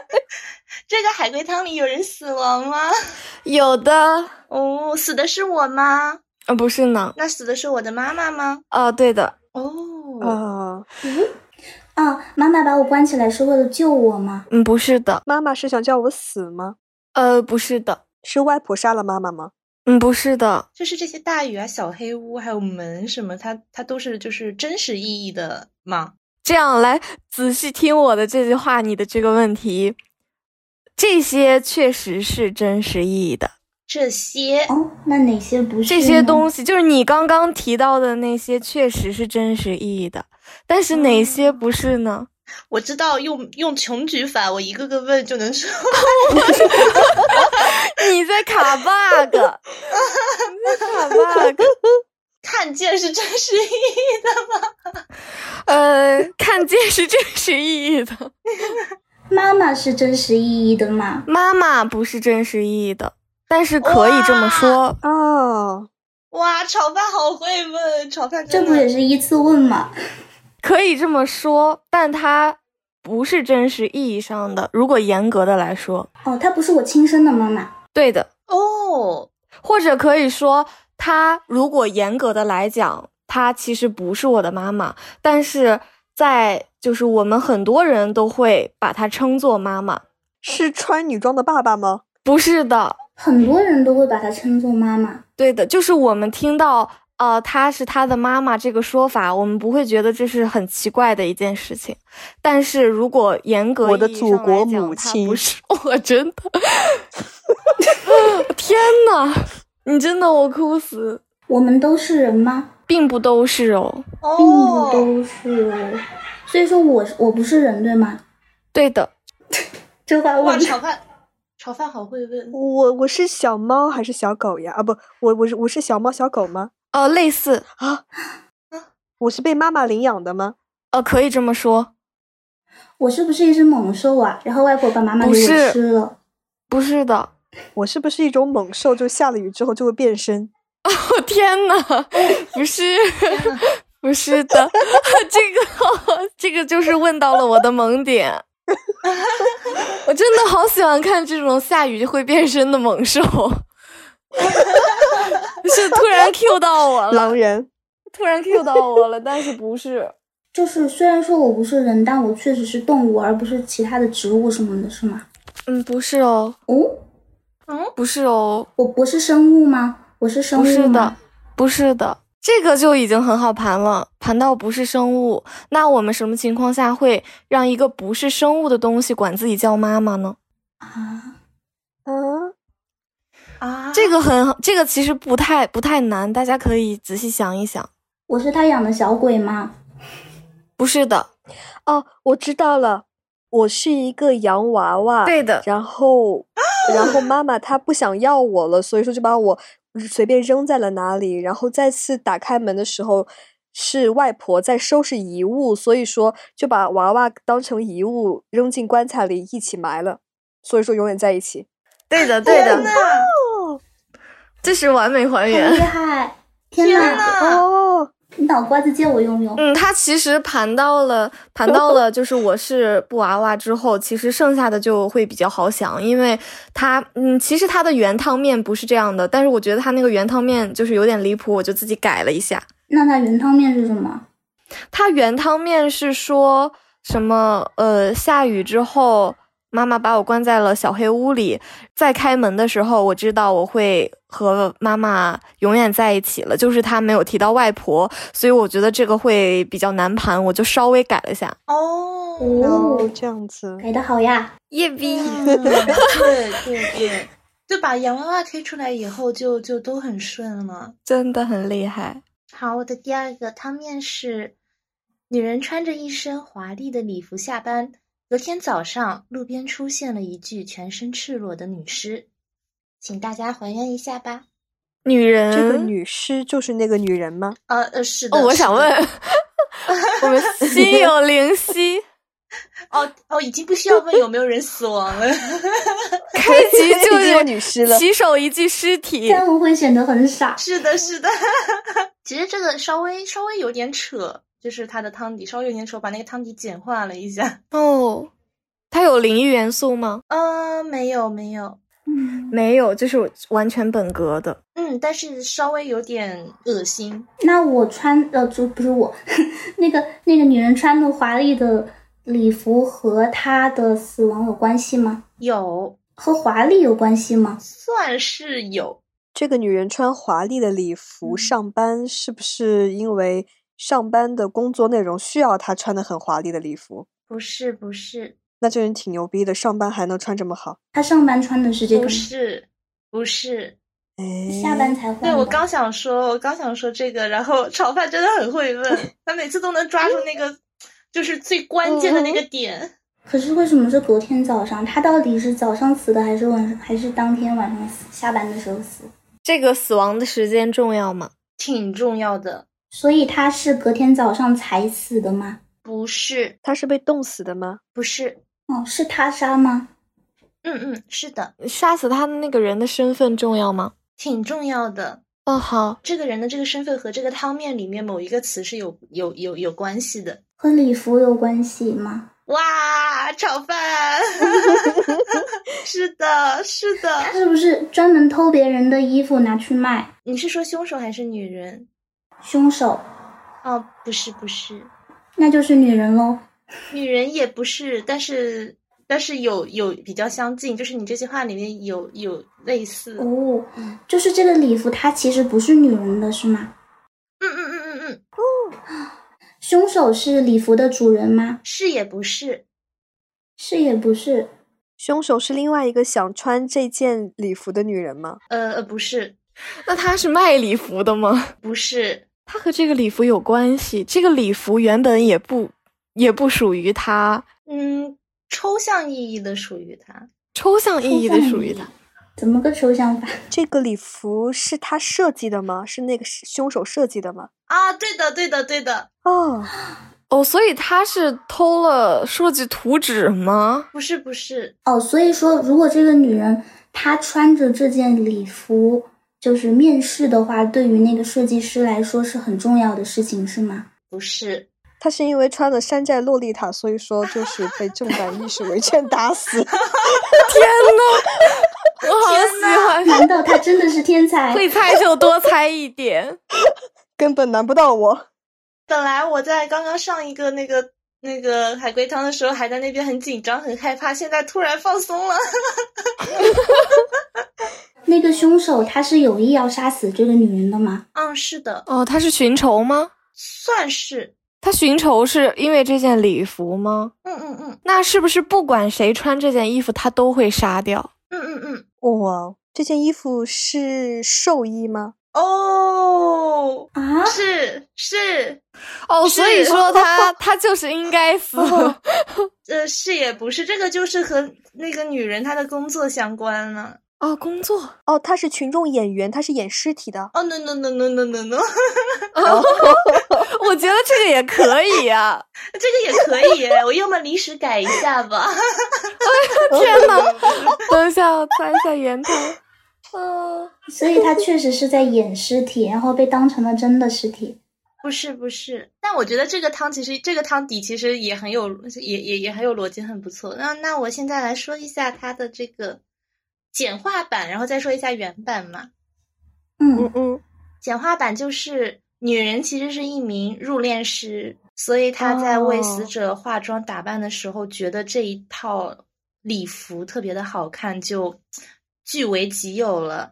[SPEAKER 2] 这个海龟汤里有人死亡吗？
[SPEAKER 4] 有的，
[SPEAKER 2] 哦，死的是我吗？
[SPEAKER 4] 呃，不是呢。
[SPEAKER 2] 那死的是我的妈妈吗？
[SPEAKER 4] 哦，对的，
[SPEAKER 1] 啊，
[SPEAKER 2] 哦，
[SPEAKER 3] 啊，妈妈把我关起来是为了救我吗？
[SPEAKER 4] 嗯，不是的，
[SPEAKER 1] 妈妈是想叫我死吗？
[SPEAKER 4] 呃，不是的，
[SPEAKER 1] 是外婆杀了妈妈吗？
[SPEAKER 4] 嗯，不是的，
[SPEAKER 2] 就是这些大雨啊、小黑屋还有门什么，它它都是就是真实意义的吗？
[SPEAKER 4] 这样来仔细听我的这句话，你的这个问题，这些确实是真实意义的。
[SPEAKER 2] 这些
[SPEAKER 3] 哦，那哪些不是？
[SPEAKER 4] 这些东
[SPEAKER 3] 西，
[SPEAKER 4] 西就是你刚刚提到的那些，确实是真实意义的，但是哪些不是呢？
[SPEAKER 2] 我知道用用穷举法，我一个个问就能说。
[SPEAKER 4] 你在卡 bug，你在卡 bug。
[SPEAKER 2] 看见是真实意义的，
[SPEAKER 4] 呃，看见是真实意义的，
[SPEAKER 3] 妈妈是真实意义的吗？
[SPEAKER 4] 妈妈不是真实意义的，但是可以这么说。
[SPEAKER 1] 哦，
[SPEAKER 2] 哇，炒饭好会问，炒饭
[SPEAKER 3] 这
[SPEAKER 2] 真
[SPEAKER 3] 不也
[SPEAKER 2] 的
[SPEAKER 3] 是依次问吗？
[SPEAKER 4] 可以这么说，但它不是真实意义上的。如果严格的来说，
[SPEAKER 3] 哦，她不是我亲生的妈妈。
[SPEAKER 4] 对的，
[SPEAKER 2] 哦，
[SPEAKER 4] 或者可以说，她如果严格的来讲，她其实不是我的妈妈，但是在就是我们很多人都会把她称作妈妈。
[SPEAKER 1] 是穿女装的爸爸吗？
[SPEAKER 4] 不是的，
[SPEAKER 3] 很多人都会把她称作妈妈，
[SPEAKER 4] 对的，就是我们听到呃她是她的妈妈这个说法，我们不会觉得这是很奇怪的一件事情。但是如果严格
[SPEAKER 1] 我的
[SPEAKER 4] 意义
[SPEAKER 1] 祖
[SPEAKER 4] 上来
[SPEAKER 1] 国
[SPEAKER 4] 讲
[SPEAKER 1] 母
[SPEAKER 4] 她
[SPEAKER 1] 亲
[SPEAKER 4] 不是 我真的，天哪，你真的我哭死，
[SPEAKER 3] 我们都是人吗？
[SPEAKER 4] 并不都是哦。
[SPEAKER 3] 并不
[SPEAKER 2] 哦，
[SPEAKER 3] 都是。所以说我我不是人对吗？
[SPEAKER 4] 对的，
[SPEAKER 3] 这话
[SPEAKER 2] 哇，
[SPEAKER 3] 问的
[SPEAKER 2] 炒饭，炒饭好会问，
[SPEAKER 4] 啊
[SPEAKER 1] 我我是小猫还是小狗呀？啊不，我我是我是小猫小狗吗？
[SPEAKER 4] 呃，类似，
[SPEAKER 1] 我是被妈妈领养的吗？
[SPEAKER 4] 呃，可以这么说，
[SPEAKER 3] 我是不是一只猛兽啊？然后外婆把妈妈给
[SPEAKER 4] 不
[SPEAKER 3] 我
[SPEAKER 4] 是
[SPEAKER 3] 吃了。
[SPEAKER 4] 不是的。
[SPEAKER 1] 我是不是一种猛兽？就下了雨之后就会变身？
[SPEAKER 4] 我、天哪，不是，不是的， 这个这个就是问到了我的萌点。我真的好喜欢看这种下雨就会变身的猛兽，是突然 Q 到我了，
[SPEAKER 1] 狼人？
[SPEAKER 4] 突然 Q 到我了，但是不是？
[SPEAKER 3] 就是虽然说我不是人，但我确实是动物，而不是其他的植物什么的，是吗？
[SPEAKER 4] 嗯，不是哦，
[SPEAKER 3] 哦，
[SPEAKER 4] 不是哦，
[SPEAKER 3] 我不是生物吗？我是生物
[SPEAKER 4] 不
[SPEAKER 3] 吗？
[SPEAKER 4] 是的，不是的，这个就已经很好盘了。盘到不是生物，那我们什么情况下会让一个不是生物的东西管自己叫妈妈呢？
[SPEAKER 3] 啊，
[SPEAKER 1] 嗯，
[SPEAKER 2] 啊，
[SPEAKER 4] 这个很，这个其实不太不太难，大家可以仔细想一想。
[SPEAKER 3] 我是他养的小鬼吗？
[SPEAKER 4] 不是的，
[SPEAKER 1] 哦，我知道了，我是一个洋娃娃。
[SPEAKER 4] 的，
[SPEAKER 1] 然 后，然后妈妈她不想要我了，所以说就把我随便扔在了哪里。然后再次打开门的时候，是外婆在收拾遗物，所以说就把娃娃当成遗物扔进棺材里一起埋了。所以说永远在一起。
[SPEAKER 4] 对的，对
[SPEAKER 2] 天
[SPEAKER 4] 的，
[SPEAKER 2] 呐，
[SPEAKER 4] 这是完美还
[SPEAKER 3] 好
[SPEAKER 4] 原
[SPEAKER 3] 厉。害！天
[SPEAKER 2] 天
[SPEAKER 3] 呐，
[SPEAKER 2] 呐，
[SPEAKER 1] 哦，
[SPEAKER 3] 你脑瓜子借我用用。
[SPEAKER 4] 嗯，他其实盘到了，盘到了， 就是我是布娃娃之后，其实剩下的就会比较好想，因为他，嗯，其实他的原汤面不是这样的，但是我觉得他那个原汤面就是有点离谱，我就自己改了一下。
[SPEAKER 3] 那那原汤面是什么？
[SPEAKER 4] 他原汤面是说什么？呃，下雨之后，妈妈把我关在了小黑屋里。在开门的时候，我知道我会和妈妈永远在一起了。就是他没有提到外婆，所以我觉得这个会比较难盘，我就稍微改了一下。
[SPEAKER 2] 哦，
[SPEAKER 1] 哦，
[SPEAKER 3] 哦，
[SPEAKER 1] 这样子。
[SPEAKER 3] 改的好呀！
[SPEAKER 4] 耶比，
[SPEAKER 2] 嗯对对对，就把洋娃娃推出来以后就，就都很顺了。
[SPEAKER 4] 真的很厉害。
[SPEAKER 2] 好，我的第二个汤面是：女人穿着一身华丽的礼服下班，隔天早上路边出现了一具全身赤裸的女尸，请大家还原一下吧。
[SPEAKER 4] 女人，
[SPEAKER 1] 这个女尸就是那个女人 吗？
[SPEAKER 2] 呃呃，是的。
[SPEAKER 4] 哦，我
[SPEAKER 2] 是
[SPEAKER 4] 想
[SPEAKER 2] 的
[SPEAKER 4] 问， 我们心有灵犀，
[SPEAKER 2] 哦哦，已经不需要问有没有人死亡了。
[SPEAKER 4] 开局就
[SPEAKER 1] 已经有女尸了
[SPEAKER 4] 是起手一具尸体
[SPEAKER 3] 但我会显得很傻。
[SPEAKER 2] 是的，是的。 其实这个稍微稍微有点扯，就是它的汤底稍微有点扯，把那个汤底简化了一下。
[SPEAKER 4] 哦。它有灵异元素吗？
[SPEAKER 2] 呃，没有没有，
[SPEAKER 3] 嗯，
[SPEAKER 4] 没有，就是完全本格的。
[SPEAKER 2] 嗯，但是稍微有点恶心。
[SPEAKER 3] 那我穿呃，就不是我， 那个那个女人穿的华丽的礼服和她的死亡有关系吗？
[SPEAKER 2] 有，
[SPEAKER 3] 和华丽有关系吗？
[SPEAKER 2] 算是有。
[SPEAKER 1] 这个女人穿华丽的礼服
[SPEAKER 2] 嗯
[SPEAKER 1] 上班，是不是因为上班的工作内容需要她穿的很华丽的礼服？
[SPEAKER 2] 不是不是
[SPEAKER 1] 那这人挺牛逼的，上班还能穿这么好。
[SPEAKER 3] 她上班穿的是这个
[SPEAKER 2] 不
[SPEAKER 3] 吗，
[SPEAKER 2] 是不是，
[SPEAKER 1] 哎，
[SPEAKER 3] 下班才换吧。
[SPEAKER 2] 对我刚想说，我刚想说这个，然后炒饭真的很会 问，他每次都能抓住那个，就是最关键的那个点。
[SPEAKER 3] 可是为什么是隔天早上？她到底是早上死的，还是晚上，还是当天晚上死？下班的时候死？
[SPEAKER 4] 这个死亡的时间重要吗？
[SPEAKER 2] 挺重要的，
[SPEAKER 3] 所以她是隔天早上才死的吗？
[SPEAKER 2] 不是
[SPEAKER 1] 她是被冻死的吗？
[SPEAKER 2] 不是，
[SPEAKER 3] 哦，是他杀吗？
[SPEAKER 2] 嗯嗯，是的，
[SPEAKER 4] 杀死他的那个人的身份重要吗？
[SPEAKER 2] 挺重要的。
[SPEAKER 4] 哦，好，
[SPEAKER 2] 这个人的这个身份和这个汤面里面某一个词是有有有有关系的。
[SPEAKER 3] 和礼服有关系吗？
[SPEAKER 2] 哇，炒饭， 是的，是
[SPEAKER 3] 他
[SPEAKER 2] 的。
[SPEAKER 3] 是不是专门偷别人的衣服拿去卖？
[SPEAKER 2] 你是说凶手还是女人？
[SPEAKER 3] 凶手，
[SPEAKER 2] 哦，不是，不是，
[SPEAKER 3] 那就是女人喽。
[SPEAKER 2] 女人也不是，但是但是有有比较相近，就是你这句话里面有有类似。嗯
[SPEAKER 3] 哦，就是这个礼服，它其实不是女人的，是吗？
[SPEAKER 2] 嗯嗯嗯嗯，
[SPEAKER 3] 凶手是礼服的主人吗？
[SPEAKER 2] 是也不是，
[SPEAKER 3] 是也不是。
[SPEAKER 1] 凶手是另外一个想穿这件礼服的女人吗？
[SPEAKER 2] 呃呃不是，
[SPEAKER 4] 那他是卖礼服的吗？
[SPEAKER 2] 不是，
[SPEAKER 4] 他和这个礼服有关系，这个礼服原本也不也不属于他，
[SPEAKER 2] 嗯，抽象意义的属于他。
[SPEAKER 4] 抽象意义的属于他。
[SPEAKER 3] 怎么个抽象法？
[SPEAKER 1] 这个礼服是她设计的吗？是那个凶手设计的吗？
[SPEAKER 2] 啊，对的，对的，对的，
[SPEAKER 1] 哦，
[SPEAKER 4] 哦，所以他是偷了设计图纸吗？
[SPEAKER 2] 不是，不是，
[SPEAKER 3] 哦，所以说，如果这个女人她穿着这件礼服，就是面试的话，对于那个设计师来说是很重要的事情，是吗？
[SPEAKER 2] 不是，
[SPEAKER 1] 她是因为穿了山寨洛丽塔，所以说就是被正版意识维 权打死。
[SPEAKER 4] 我好喜欢，
[SPEAKER 3] 难道她真的是天才？
[SPEAKER 4] 会猜就多猜一点。
[SPEAKER 1] 根本难不到我。
[SPEAKER 2] 本来我在刚刚上一个那个那个海龟汤的时候，还在那边很紧张、很害怕，现在突然放松了。
[SPEAKER 3] 那个凶手他是有意要杀死这个女人的吗？
[SPEAKER 2] 嗯，是的，
[SPEAKER 4] 哦，他是寻仇吗？
[SPEAKER 2] 算是，
[SPEAKER 4] 他寻仇是因为这件礼服吗？
[SPEAKER 2] 嗯嗯嗯
[SPEAKER 4] 那是不是不管谁穿这件衣服，他都会杀掉？
[SPEAKER 2] 嗯嗯嗯。
[SPEAKER 1] 哇，这件衣服是寿衣吗？
[SPEAKER 2] 哦，
[SPEAKER 3] 啊，
[SPEAKER 2] 是是，
[SPEAKER 4] 哦，
[SPEAKER 2] 是
[SPEAKER 4] 所以说他 他就是应该死。
[SPEAKER 2] 呃，是也不是，这个就是和那个女人她的工作相关了。
[SPEAKER 4] 哦，工作
[SPEAKER 1] 哦，她是群众演员，她是演尸体的。
[SPEAKER 2] 哦，no no no no no no no，
[SPEAKER 4] 哦 我觉得这个也可以啊！
[SPEAKER 2] 这个也可以耶，我要么临时改一下吧。
[SPEAKER 4] 天哪，哦 等一下我猜一下源头。嗯、
[SPEAKER 3] 所以他确实是在演尸体，然后被当成了真的尸体。
[SPEAKER 2] 不是不是，但我觉得这个汤其实这个汤底其实也很有也也也很有逻辑，很不错。那那我现在来说一下它的这个简化版，然后再说一下原版嘛。
[SPEAKER 3] 嗯，
[SPEAKER 1] 嗯，
[SPEAKER 2] 简化版就是女人其实是一名入殓师，所以她在为死
[SPEAKER 1] 哦
[SPEAKER 2] 者化妆打扮的时候，觉得这一套礼服特别的好看，就据为己有了。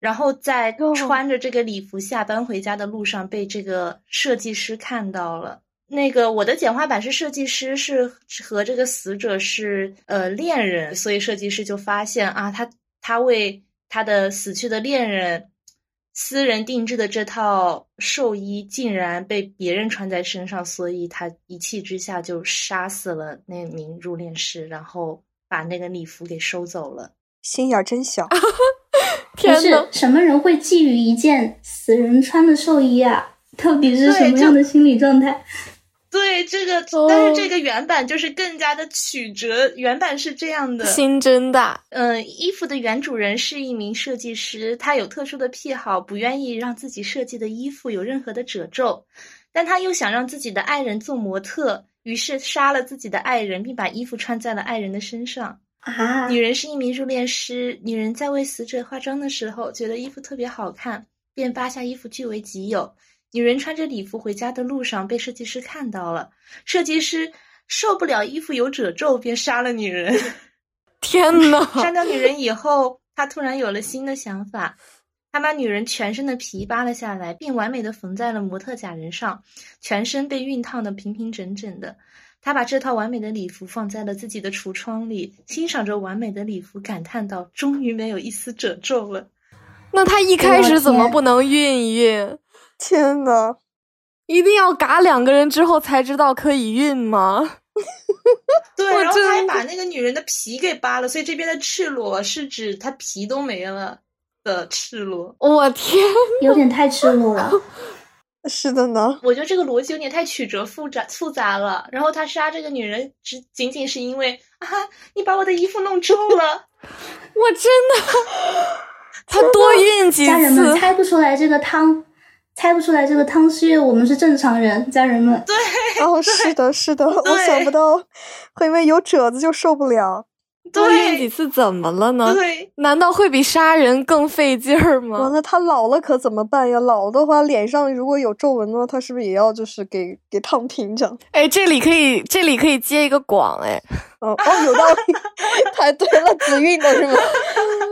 [SPEAKER 2] 然后在
[SPEAKER 1] 哦
[SPEAKER 2] 穿着这个礼服下班回家的路上，被这个设计师看到了。那个我的简化版是设计师是和这个死者是呃恋人，所以设计师就发现啊，他他为他的死去的恋人私人定制的这套寿衣竟然被别人穿在身上，所以他一气之下就杀死了那名入殓师，然后把那个礼服给收走了。
[SPEAKER 1] 心眼儿真小。
[SPEAKER 3] 不
[SPEAKER 4] 天
[SPEAKER 3] 是
[SPEAKER 4] 呐，
[SPEAKER 3] 什么人会觊觎一件死人穿的寿衣啊？到底是
[SPEAKER 2] 对
[SPEAKER 3] 什么
[SPEAKER 2] 就
[SPEAKER 3] 样的心理状态？
[SPEAKER 2] 对这个，但是这个原版就是更加的曲折，原版是这样的，
[SPEAKER 4] 心真大，
[SPEAKER 2] 嗯，衣服的原主人是一名设计师，他有特殊的癖好，不愿意让自己设计的衣服有任何的褶皱，但他又想让自己的爱人做模特，于是杀了自己的爱人，并把衣服穿在了爱人的身上。
[SPEAKER 3] 啊，
[SPEAKER 2] 女人是一名入殓师，女人在为死者化妆的时候，觉得衣服特别好看，便扒下衣服据为己有。女人穿着礼服回家的路上被设计师看到了，设计师受不了衣服有褶皱，便杀了女人。
[SPEAKER 4] 天呐，
[SPEAKER 2] 杀掉女人以后，他突然有了新的想法，他把女人全身的皮扒了下来，并完美的缝在了模特假人上，全身被熨烫的平平整整的。他把这套完美的礼服放在了自己的橱窗里，欣赏着完美的礼服，感叹道：“终于没有一丝褶皱了。
[SPEAKER 4] 那他一开始怎
[SPEAKER 3] 我
[SPEAKER 4] 么
[SPEAKER 3] 天
[SPEAKER 4] 不能熨一熨？
[SPEAKER 1] 天呐，
[SPEAKER 4] 一定要嘎两个人之后才知道可以熨吗？”
[SPEAKER 2] 对，
[SPEAKER 4] 我
[SPEAKER 2] 然后他还
[SPEAKER 4] 真
[SPEAKER 2] 把那个女人的皮给扒了，所以这边的赤裸是指她皮都没了的赤裸。
[SPEAKER 4] 我天，
[SPEAKER 3] 有点太赤裸了。
[SPEAKER 1] 是的呢，
[SPEAKER 2] 我觉得这个逻辑有点太曲折复杂复杂了。然后他杀这个女人，只仅仅是因为啊，你把我的衣服弄皱了。
[SPEAKER 4] 我真的，他多熨几
[SPEAKER 3] 家人们
[SPEAKER 4] 次，
[SPEAKER 3] 猜不出来这个汤，猜不出来这个汤是因为我们是正常人。家人们，
[SPEAKER 1] 哦，是的，是的，我
[SPEAKER 2] 对
[SPEAKER 1] 想不到会因为有褶子就受不了。
[SPEAKER 4] 多熨几
[SPEAKER 2] 对
[SPEAKER 4] 次怎么了呢？
[SPEAKER 2] 对，
[SPEAKER 4] 难道会比杀人更费劲儿
[SPEAKER 1] 完
[SPEAKER 4] 吗？
[SPEAKER 1] 了，他老了可怎么办呀？老的话，脸上如果有皱纹的话，他是不是也要就是给给烫平整？
[SPEAKER 4] 哎，这里可以，这里可以接一个广，哎，
[SPEAKER 1] 嗯，哦，有道理， 太对了， 紫韵的是吗？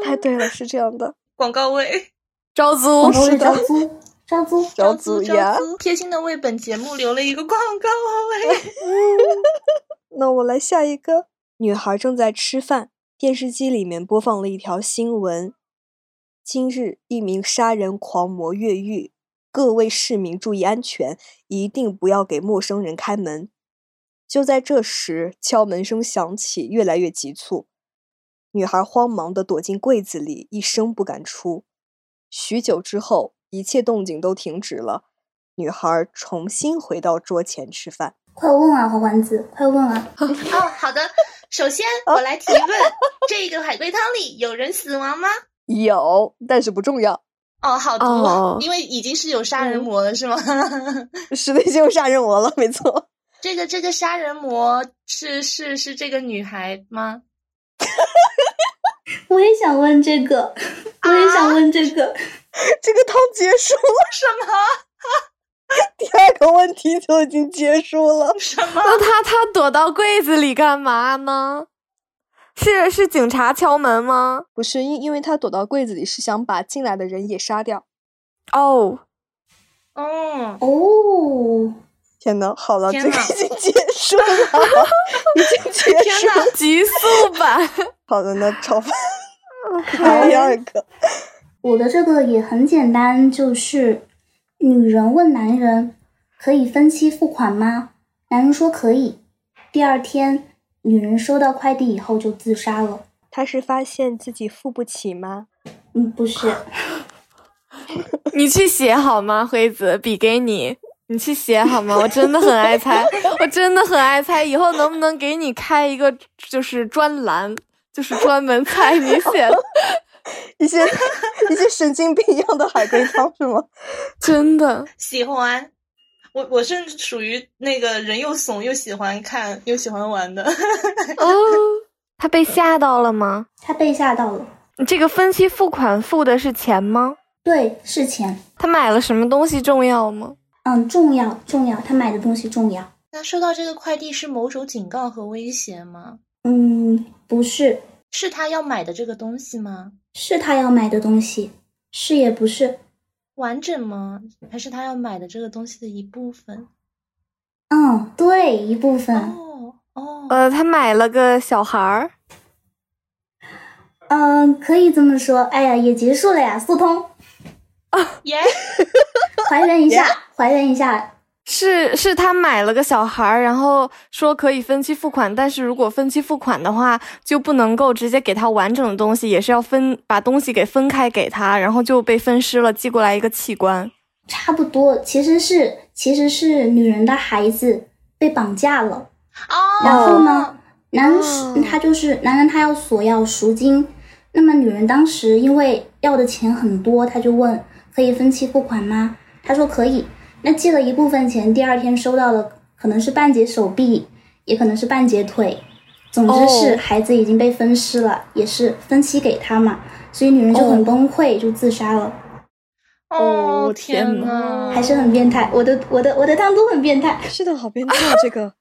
[SPEAKER 1] 太对了，是这样的。
[SPEAKER 2] 广告位。
[SPEAKER 4] 招
[SPEAKER 3] 我
[SPEAKER 4] 租
[SPEAKER 3] 们为
[SPEAKER 1] 是的
[SPEAKER 3] 招租，招租，
[SPEAKER 1] 小
[SPEAKER 2] 猪
[SPEAKER 1] 紫
[SPEAKER 2] 招
[SPEAKER 1] 呀，
[SPEAKER 2] 猪，贴心的为本节目留了一个广告位。
[SPEAKER 1] 那我来下一个。女孩正在吃饭，电视机里面播放了一条新闻：今日一名杀人狂魔越狱，各位市民注意安全，一定不要给陌生人开门。就在这时，敲门声响起，越来越急促。女孩慌忙地躲进柜子里，一声不敢出。许久之后，一切动静都停止了。女孩重新回到桌前吃饭。
[SPEAKER 3] 快问啊，花丸子，快问啊！
[SPEAKER 2] 哦，好的。首先，我来提问：这个海龟汤里有人死亡吗？
[SPEAKER 1] 有，但是不重要。
[SPEAKER 2] 哦，好毒，
[SPEAKER 4] 哦
[SPEAKER 2] 因为已经是有杀人魔了，是吗？
[SPEAKER 1] 是的，已经有杀人魔了，没错。
[SPEAKER 2] 这个这个杀人魔是是是这个女孩吗？
[SPEAKER 3] 我也想问这个，我也想问这个。
[SPEAKER 1] 啊这个汤结束了，
[SPEAKER 2] 什么？
[SPEAKER 1] 第二个问题就已经结束了。
[SPEAKER 2] 什么？
[SPEAKER 4] 那他他躲到柜子里干嘛呢？是是警察敲门吗？
[SPEAKER 1] 不是因因为他躲到柜子里是想把进来的人也杀掉。
[SPEAKER 4] 哦，
[SPEAKER 2] 哦，
[SPEAKER 3] 哦，
[SPEAKER 1] 天呐，好了，
[SPEAKER 2] 天
[SPEAKER 1] 这个
[SPEAKER 2] 呐
[SPEAKER 1] 已经结束了，已经结
[SPEAKER 2] 天
[SPEAKER 1] 束
[SPEAKER 2] 哪
[SPEAKER 1] 了。
[SPEAKER 4] 极速版，
[SPEAKER 1] 好的，那炒 饭第二个，
[SPEAKER 3] 我的这个也很简单，就是女人问男人可以分期付款吗？男人说可以。第二天，女人收到快递以后就自杀了。
[SPEAKER 1] 他是发现自己付不起吗？
[SPEAKER 3] 嗯，不是，
[SPEAKER 4] 你去写好吗？辉子，笔给你，你去写好吗？我真的很爱 猜，我真的很爱猜，以后能不能给你开一个就是专栏，就是专门猜你写 的？
[SPEAKER 1] 一些一些神经病一样的海龟汤是吗？
[SPEAKER 4] 真的，
[SPEAKER 2] 喜欢。我我是属于那个人又怂又喜欢看又喜欢玩的，
[SPEAKER 4] 哦，他被吓到了吗？
[SPEAKER 3] 她被吓到了。
[SPEAKER 4] 你这个分期付款付的是钱吗？
[SPEAKER 3] 对，是钱。
[SPEAKER 4] 他买了什么东西重要吗？
[SPEAKER 3] 嗯，重要重要，她买的东西重要。
[SPEAKER 2] 那收到这个快递是某种警告和威胁吗？
[SPEAKER 3] 嗯，不是，
[SPEAKER 2] 是他要买的这个东西吗？
[SPEAKER 3] 是她要买的东西，是也不是。
[SPEAKER 2] 完整吗？还是他要买的这个东西的一部分？
[SPEAKER 3] 嗯，对，一部
[SPEAKER 4] 嗯
[SPEAKER 3] 分。
[SPEAKER 2] 哦哦，
[SPEAKER 4] 呃，他买了个小孩儿，
[SPEAKER 3] 嗯，可以这么说。哎呀，也结束了呀，速通。
[SPEAKER 2] 耶！
[SPEAKER 3] 还原一下，还原一下，
[SPEAKER 4] 是是他买了个小孩儿，然后说可以分期付款，但是如果分期付款的话，就不能够直接给他完整的东西，也是要分把东西给分开给他，然后就被分尸了，寄过来一个器官。
[SPEAKER 3] 差不多，其实是其实是女人的孩子被绑架了，
[SPEAKER 2] 哦，
[SPEAKER 3] 然后呢，男
[SPEAKER 4] 哦
[SPEAKER 3] 他就是男人，他要索要赎金。那么女人当时因为要的钱很多，他就问可以分期付款吗？他说可以。那借了一部分钱，第二天收到了可能是半截手臂，也可能是半截腿，总之是
[SPEAKER 4] 哦
[SPEAKER 3] 孩子已经被分尸了，也是分期给他嘛，所以女人就很崩溃，就自杀了。
[SPEAKER 4] 哦
[SPEAKER 2] 哦，
[SPEAKER 4] 天
[SPEAKER 2] 呐，
[SPEAKER 3] 还是很变态，我的我的我的当都很变态，
[SPEAKER 1] 是的，好变态这个。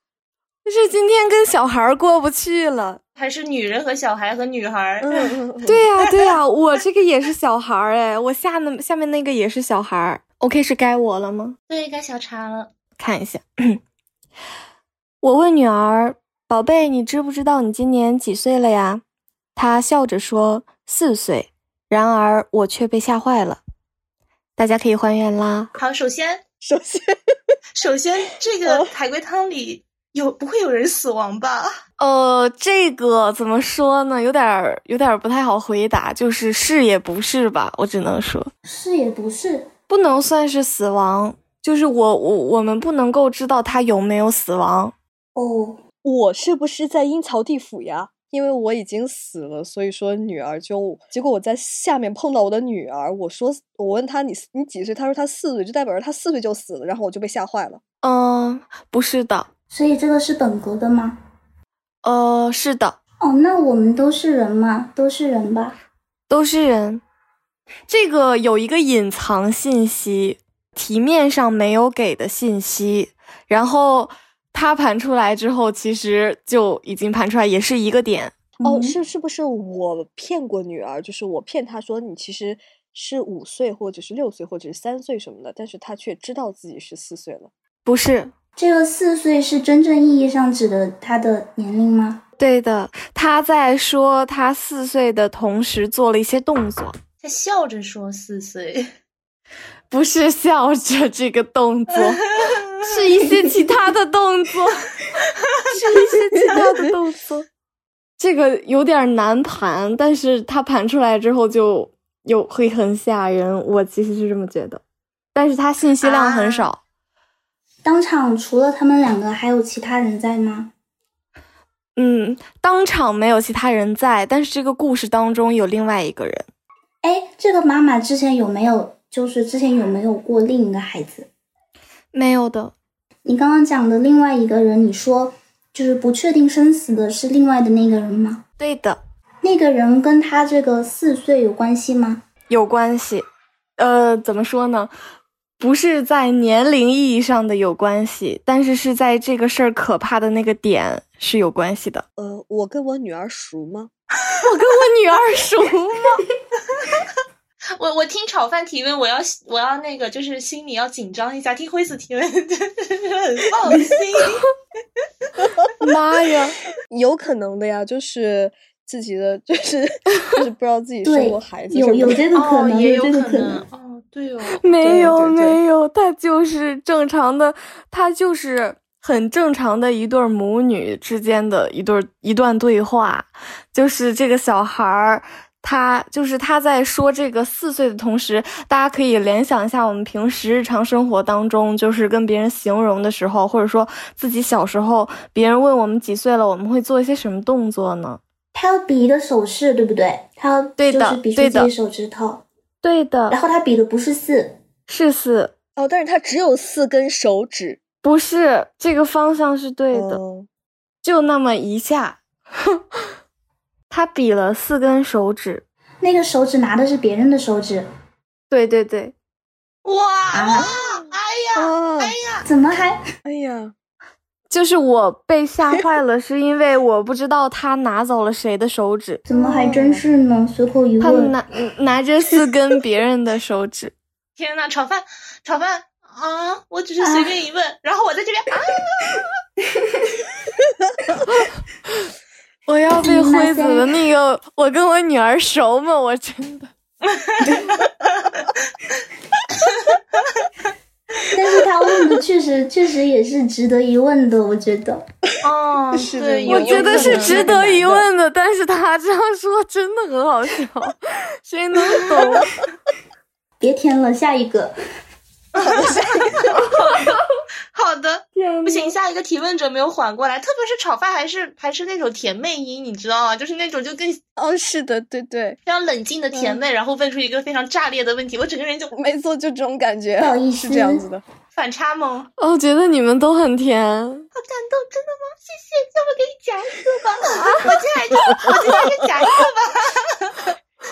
[SPEAKER 4] 就是今天跟小孩儿过不去了。
[SPEAKER 2] 还是女人和小孩和女孩，
[SPEAKER 1] 嗯嗯嗯，
[SPEAKER 4] 对 呀、对呀、我这个也是小孩儿哎，我下那下面那个也是小孩儿。OK，是该我了吗？
[SPEAKER 2] 对，该小茶了。
[SPEAKER 4] 看一下，我问女儿：“宝贝，你知不知道你今年几岁了呀？”她笑着说：“四岁。”然而我却被吓坏了。大家可以还原啦。
[SPEAKER 2] 好，首先
[SPEAKER 1] 首先
[SPEAKER 2] 首先这
[SPEAKER 4] 哦
[SPEAKER 2] 个海龟汤里有不会有人死亡吧？
[SPEAKER 4] 呃，这个怎么说呢？有点儿有点儿不太好回答，就是是也不是吧，我只能说。
[SPEAKER 3] 是也不是，
[SPEAKER 4] 不能算是死亡，就是我我我们不能够知道他有没有死亡。
[SPEAKER 3] 哦，
[SPEAKER 1] 我是不是在阴曹地府呀？因为我已经死了，所以说女儿就……结果我在下面碰到我的女儿，我说我问她你你几岁？她说她四岁，就代表着她四岁就死了，然后我就被吓坏了。
[SPEAKER 4] 嗯、不是的，
[SPEAKER 3] 所以这个是本格的吗？
[SPEAKER 4] 呃，是的，
[SPEAKER 3] 哦，那我们都是人嘛，都是人吧？
[SPEAKER 4] 都是人。这个有一个隐藏信息，题面上没有给的信息，然后它盘出来之后，其实就已经盘出来，也是一个点。
[SPEAKER 1] 哦，
[SPEAKER 3] 嗯
[SPEAKER 1] 是是不是我骗过女儿？就是我骗她说你其实是五岁或者是六岁或者是三岁什么的，但是她却知道自己是四岁了。
[SPEAKER 4] 不是，
[SPEAKER 3] 这个四岁是真正意义上指的他的年龄吗？
[SPEAKER 4] 对的，他在说他四岁的同时做了一些动作。
[SPEAKER 2] 他笑着说四岁，
[SPEAKER 4] 不是笑着这个动 作，是一些其他的动 作，是一些其他的动作。这个有点难盘，但是它盘出来之后就又会很吓人，我其实是这么觉得。但是它信息量很少，
[SPEAKER 3] 当场除了他们两个，还有其他人在吗？
[SPEAKER 4] 嗯，当场没有其他人在，但是这个故事当中有另外一个人，
[SPEAKER 3] 哎，这个妈妈之前有没有，就是之前有没有过另一个孩子？
[SPEAKER 4] 没有的，
[SPEAKER 3] 你刚刚讲的另外一个人，你说就是不确定生死的是另外的那个人吗？
[SPEAKER 4] 对的，
[SPEAKER 3] 那个人跟他这个四岁有关系吗？
[SPEAKER 4] 有关系。呃，怎么说呢？不是在年龄意义上的有关系，但是是在这个事儿可怕的那个点是有关系的。
[SPEAKER 1] 呃，我跟我女儿熟吗？
[SPEAKER 4] 我跟我女儿熟吗？
[SPEAKER 2] 我我听炒饭提问，我要我要那个就是心里要紧张一下，听辉子提问 很放心。
[SPEAKER 4] 妈呀！
[SPEAKER 1] 有可能的呀，就是自己的，就是 就是不知道自己生过
[SPEAKER 3] 对
[SPEAKER 1] 孩，子什
[SPEAKER 3] 有
[SPEAKER 1] 么
[SPEAKER 3] 有
[SPEAKER 1] 的。
[SPEAKER 3] 这个可能，
[SPEAKER 2] 哦，也有
[SPEAKER 3] 这个
[SPEAKER 2] 可
[SPEAKER 3] 可
[SPEAKER 2] 能。哦，对哦，
[SPEAKER 4] 没
[SPEAKER 1] 对
[SPEAKER 4] 有
[SPEAKER 1] 对对
[SPEAKER 4] 没有，她就是正常的，她就是很正常的一对儿母女之间的一对儿一段对话，就是这个小孩儿。他就是他在说这个四岁的同时，大家可以联想一下我们平时日常生活当中，就是跟别人形容的时候，或者说自己小时候，别人问我们几岁了，我们会做一些什么动作呢？
[SPEAKER 3] 他要比一个手势，对不对？他要
[SPEAKER 4] 对的
[SPEAKER 3] 就是比出
[SPEAKER 4] 对
[SPEAKER 3] 自
[SPEAKER 4] 的
[SPEAKER 3] 己手指头，
[SPEAKER 4] 对
[SPEAKER 3] 然
[SPEAKER 4] 的，
[SPEAKER 3] 后他比的不是四，
[SPEAKER 4] 是四，
[SPEAKER 1] 哦，但是她只有四根手指。
[SPEAKER 4] 不是这个方向是对的。
[SPEAKER 1] 哦
[SPEAKER 4] 就那么一下，他比了四根手指。
[SPEAKER 3] 那个手指拿的是别人的手指，啊
[SPEAKER 4] 对对对，
[SPEAKER 2] 哇哇，哎呀，
[SPEAKER 1] 啊，
[SPEAKER 3] 怎么还
[SPEAKER 1] 哎呀，
[SPEAKER 4] 就是我被 吓坏了，是因为我不知道他拿走了谁的手 指，
[SPEAKER 3] 怎么还真是呢？随口一
[SPEAKER 4] 他
[SPEAKER 3] 问，
[SPEAKER 4] 拿拿着四根别人的手指。
[SPEAKER 2] 天呐，炒饭，炒饭啊！我只是随便一问，然后我在这边啊，
[SPEAKER 4] 我 要被辉子的那个，我跟我女儿熟吗？我真的，
[SPEAKER 3] 但是他问的确实确实也是值得一问的，我觉得。
[SPEAKER 2] 哦，
[SPEAKER 1] 是的
[SPEAKER 2] 对，
[SPEAKER 1] 我
[SPEAKER 4] 我
[SPEAKER 2] 有
[SPEAKER 4] 觉
[SPEAKER 2] 有
[SPEAKER 4] 得
[SPEAKER 2] 可
[SPEAKER 4] 是
[SPEAKER 2] 能
[SPEAKER 4] 值得一问的，但是他这样说真的很好笑， 谁能懂？
[SPEAKER 3] 别填了，下一个。
[SPEAKER 2] 好的，
[SPEAKER 4] 天
[SPEAKER 2] 不行，下一个提问者没有缓过来，特别是炒饭还是还是那种甜妹音，你知道吗？就是那种就更非
[SPEAKER 1] 哦，是的，对对，
[SPEAKER 2] 常冷静的甜妹，然后问出一个非常炸裂的问题，我整个人就
[SPEAKER 1] 没错，就这种感觉，啊
[SPEAKER 3] 不好意
[SPEAKER 1] 是这样
[SPEAKER 3] 思
[SPEAKER 1] 子的。
[SPEAKER 2] 反差萌，好
[SPEAKER 4] 哦，我觉得你们都很甜，
[SPEAKER 2] 感动，真的吗？谢谢，要不给你夹一个吧？啊我进来就我进来就夹一个吧。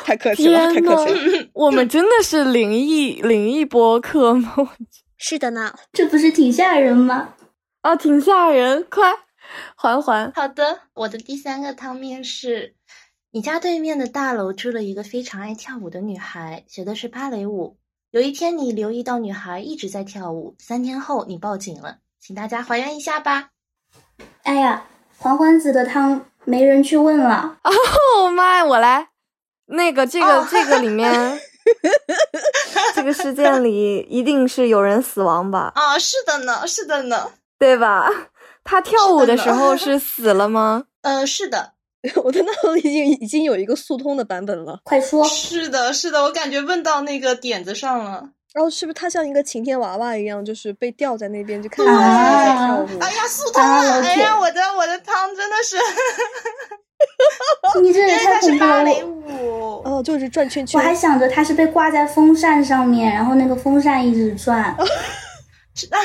[SPEAKER 1] 太客气了，太
[SPEAKER 4] 天呐
[SPEAKER 1] 客气了。，
[SPEAKER 4] 我们真的是灵异 灵异播客吗？
[SPEAKER 1] 是的呢，
[SPEAKER 3] 这不是挺吓人吗？
[SPEAKER 4] 啊，挺吓人，快还还！
[SPEAKER 2] 好的，我的第三个汤面是，你家对面的大楼住了一个非常爱跳舞的女孩，学的是芭蕾舞。有一天，你留意到女孩一直在跳舞，三天后你报警了，请大家还原一下吧。
[SPEAKER 3] 哎呀，黄欢子的汤没人去问了。
[SPEAKER 4] 哦妈，我来。那个，这个，
[SPEAKER 2] 哦
[SPEAKER 4] 这个里 面，这个事件里一定是有人死亡吧？
[SPEAKER 2] 啊，是的呢，是的呢，
[SPEAKER 4] 对吧？他跳舞的
[SPEAKER 2] 是
[SPEAKER 4] 时
[SPEAKER 2] 的呢
[SPEAKER 4] 候是死了吗？
[SPEAKER 2] 呃，是的，
[SPEAKER 1] 我的脑里已经已经有一个速通的版本了。
[SPEAKER 3] 快说，
[SPEAKER 2] 是的，是的，我感觉问到那个点子上了。
[SPEAKER 1] 然哦后是不是他像一个晴天娃娃一样，就是被吊在那边，就看
[SPEAKER 3] 对
[SPEAKER 1] 着他在跳舞？
[SPEAKER 2] 哎呀，速通
[SPEAKER 3] 啊
[SPEAKER 2] 了！
[SPEAKER 3] 了
[SPEAKER 2] 哎
[SPEAKER 3] 解
[SPEAKER 2] 呀，我的我的汤真的是，
[SPEAKER 3] 你这
[SPEAKER 2] 因
[SPEAKER 3] 也
[SPEAKER 2] 为
[SPEAKER 3] 太
[SPEAKER 2] 它
[SPEAKER 3] 恐
[SPEAKER 2] 是
[SPEAKER 3] 怖
[SPEAKER 2] 芭
[SPEAKER 3] 了。
[SPEAKER 2] 蕾
[SPEAKER 3] 我
[SPEAKER 2] 舞。
[SPEAKER 1] 哦，就是转圈
[SPEAKER 3] 我
[SPEAKER 1] 圈。
[SPEAKER 3] 还想着他是被挂在风扇上面，然后那个风扇一直 转。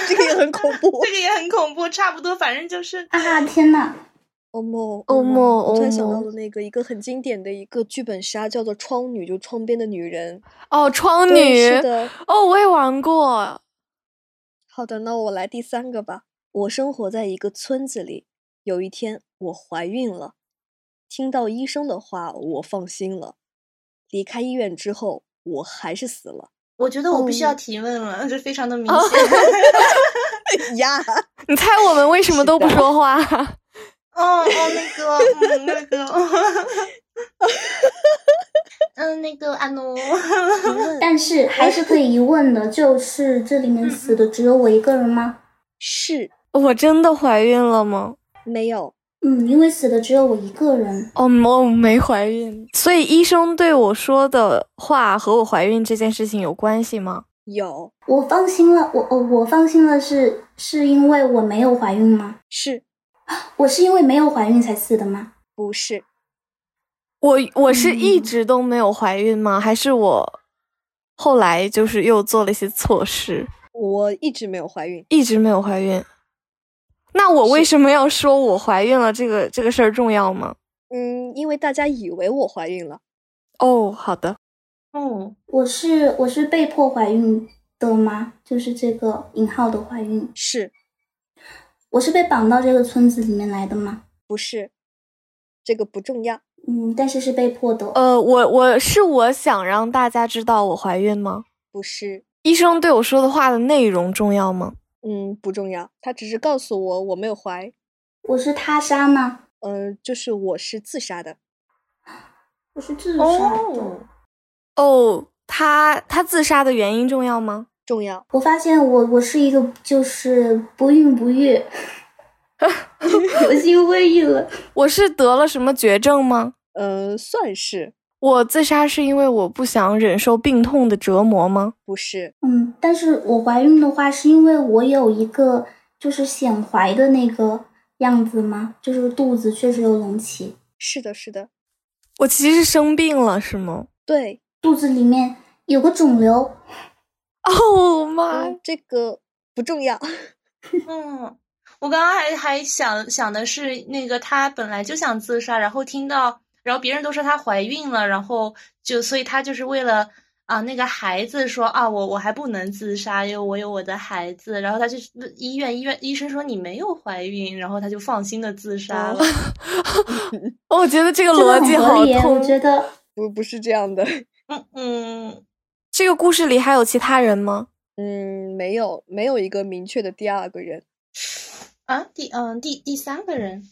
[SPEAKER 1] 这个也很恐 怖。
[SPEAKER 2] 这个也很恐怖，差不多，反正就是
[SPEAKER 3] 啊天呐，
[SPEAKER 1] 欧梦，
[SPEAKER 4] 欧梦
[SPEAKER 1] 哦我突然想
[SPEAKER 4] 欧
[SPEAKER 1] 到
[SPEAKER 4] 梦
[SPEAKER 1] 了那个一个很经典的一个剧本杀，叫做《窗女》，就窗边的女人。
[SPEAKER 4] 哦，窗
[SPEAKER 1] 对
[SPEAKER 4] 女
[SPEAKER 1] 是。的。
[SPEAKER 4] 哦，我也玩过。
[SPEAKER 1] 好的，那我来第三个吧。我生活在一个村子里，有一天我怀孕了，听到医生的话，我放心了。离开医院之后，我还是死了
[SPEAKER 2] 我觉得我必须要
[SPEAKER 1] 哦
[SPEAKER 2] 提问了，这非常的明
[SPEAKER 4] 哦
[SPEAKER 2] 显。
[SPEAKER 1] 呀。
[SPEAKER 4] 你猜我们为什么都不说话？
[SPEAKER 2] 哦哦，那个，嗯，那个， 嗯，那个阿奴，
[SPEAKER 3] 但是还是可以一问的，就是这里面死的只有我一个人吗？
[SPEAKER 1] 是
[SPEAKER 4] 我真的怀孕了吗？
[SPEAKER 1] 没有
[SPEAKER 3] 嗯，因为死的只有我一个人。
[SPEAKER 4] 哦，我没怀孕。所以医生对我说的话和我怀孕这件事情有关系吗？
[SPEAKER 1] 有
[SPEAKER 3] 我放心了，我我呃我放心了是是因为我没有怀孕吗？
[SPEAKER 1] 是
[SPEAKER 3] 我是因为没有怀孕才死的吗？
[SPEAKER 1] 不是？
[SPEAKER 4] 我我是一
[SPEAKER 3] 嗯
[SPEAKER 4] 直都没有怀孕吗？还是我后来就是又做了一些措施，
[SPEAKER 1] 我一直没有怀孕，
[SPEAKER 4] 一直没有怀孕？那我为什么要说我怀孕了这个这个事儿重要吗？
[SPEAKER 1] 嗯，因为大家以为我怀孕了，
[SPEAKER 4] 哦，好的。
[SPEAKER 2] 哦，
[SPEAKER 3] 我是我是被迫怀孕的吗？就是这个引号的怀孕，
[SPEAKER 1] 是
[SPEAKER 3] 我是被绑到这个村子里面来的吗？
[SPEAKER 1] 不是？这个不重要，
[SPEAKER 3] 嗯，但是是被迫的。
[SPEAKER 4] 呃，我我是我想让大家知道我怀孕吗？
[SPEAKER 1] 不是，
[SPEAKER 4] 医生对我说的话的内容重要吗？
[SPEAKER 1] 嗯，不重要。他只是告诉我我没有怀，
[SPEAKER 3] 我是他杀吗？
[SPEAKER 1] 嗯、就是我是自杀的。
[SPEAKER 3] 我是自杀的。
[SPEAKER 2] 哦，
[SPEAKER 4] 哦，他他自杀的原因重要吗？
[SPEAKER 1] 重要，
[SPEAKER 3] 我发现我我是一个就是不孕不育，我心灰意冷。
[SPEAKER 4] 我是得了什么绝症吗？
[SPEAKER 1] 呃，算是
[SPEAKER 4] 我自杀是因为我不想忍受病痛的折磨吗？
[SPEAKER 1] 不是？
[SPEAKER 3] 嗯，但是我怀孕的话，是因为我有一个就是显怀的那个样子吗？就是肚子确实有隆起，
[SPEAKER 1] 是的，是的，
[SPEAKER 4] 我其实是生病了，是吗？
[SPEAKER 1] 对，
[SPEAKER 3] 肚子里面有个肿瘤。
[SPEAKER 4] 哦妈！
[SPEAKER 1] 嗯，这个不重要。
[SPEAKER 2] 嗯，我刚刚还还想想的是，那个她本来就想自杀，然后听到，然后别人都说她怀孕了，然后就所以她就是为了啊那个孩子说啊我我还不能自杀，因为我有我的孩子，然后她就医院医院医生说你没有怀孕，然后她就放心的自杀了。
[SPEAKER 4] 哦我觉得这
[SPEAKER 3] 这个
[SPEAKER 4] 个逻
[SPEAKER 3] 很
[SPEAKER 4] 辑
[SPEAKER 3] 合
[SPEAKER 4] 好
[SPEAKER 3] 理耶，我
[SPEAKER 4] 通。
[SPEAKER 3] 觉得
[SPEAKER 1] 不，不是这样的。
[SPEAKER 2] 嗯 嗯，
[SPEAKER 4] 这个故事里还有其他人吗？
[SPEAKER 1] 嗯，没有，没有一个明确的第二个人。
[SPEAKER 2] 啊第嗯第第三个人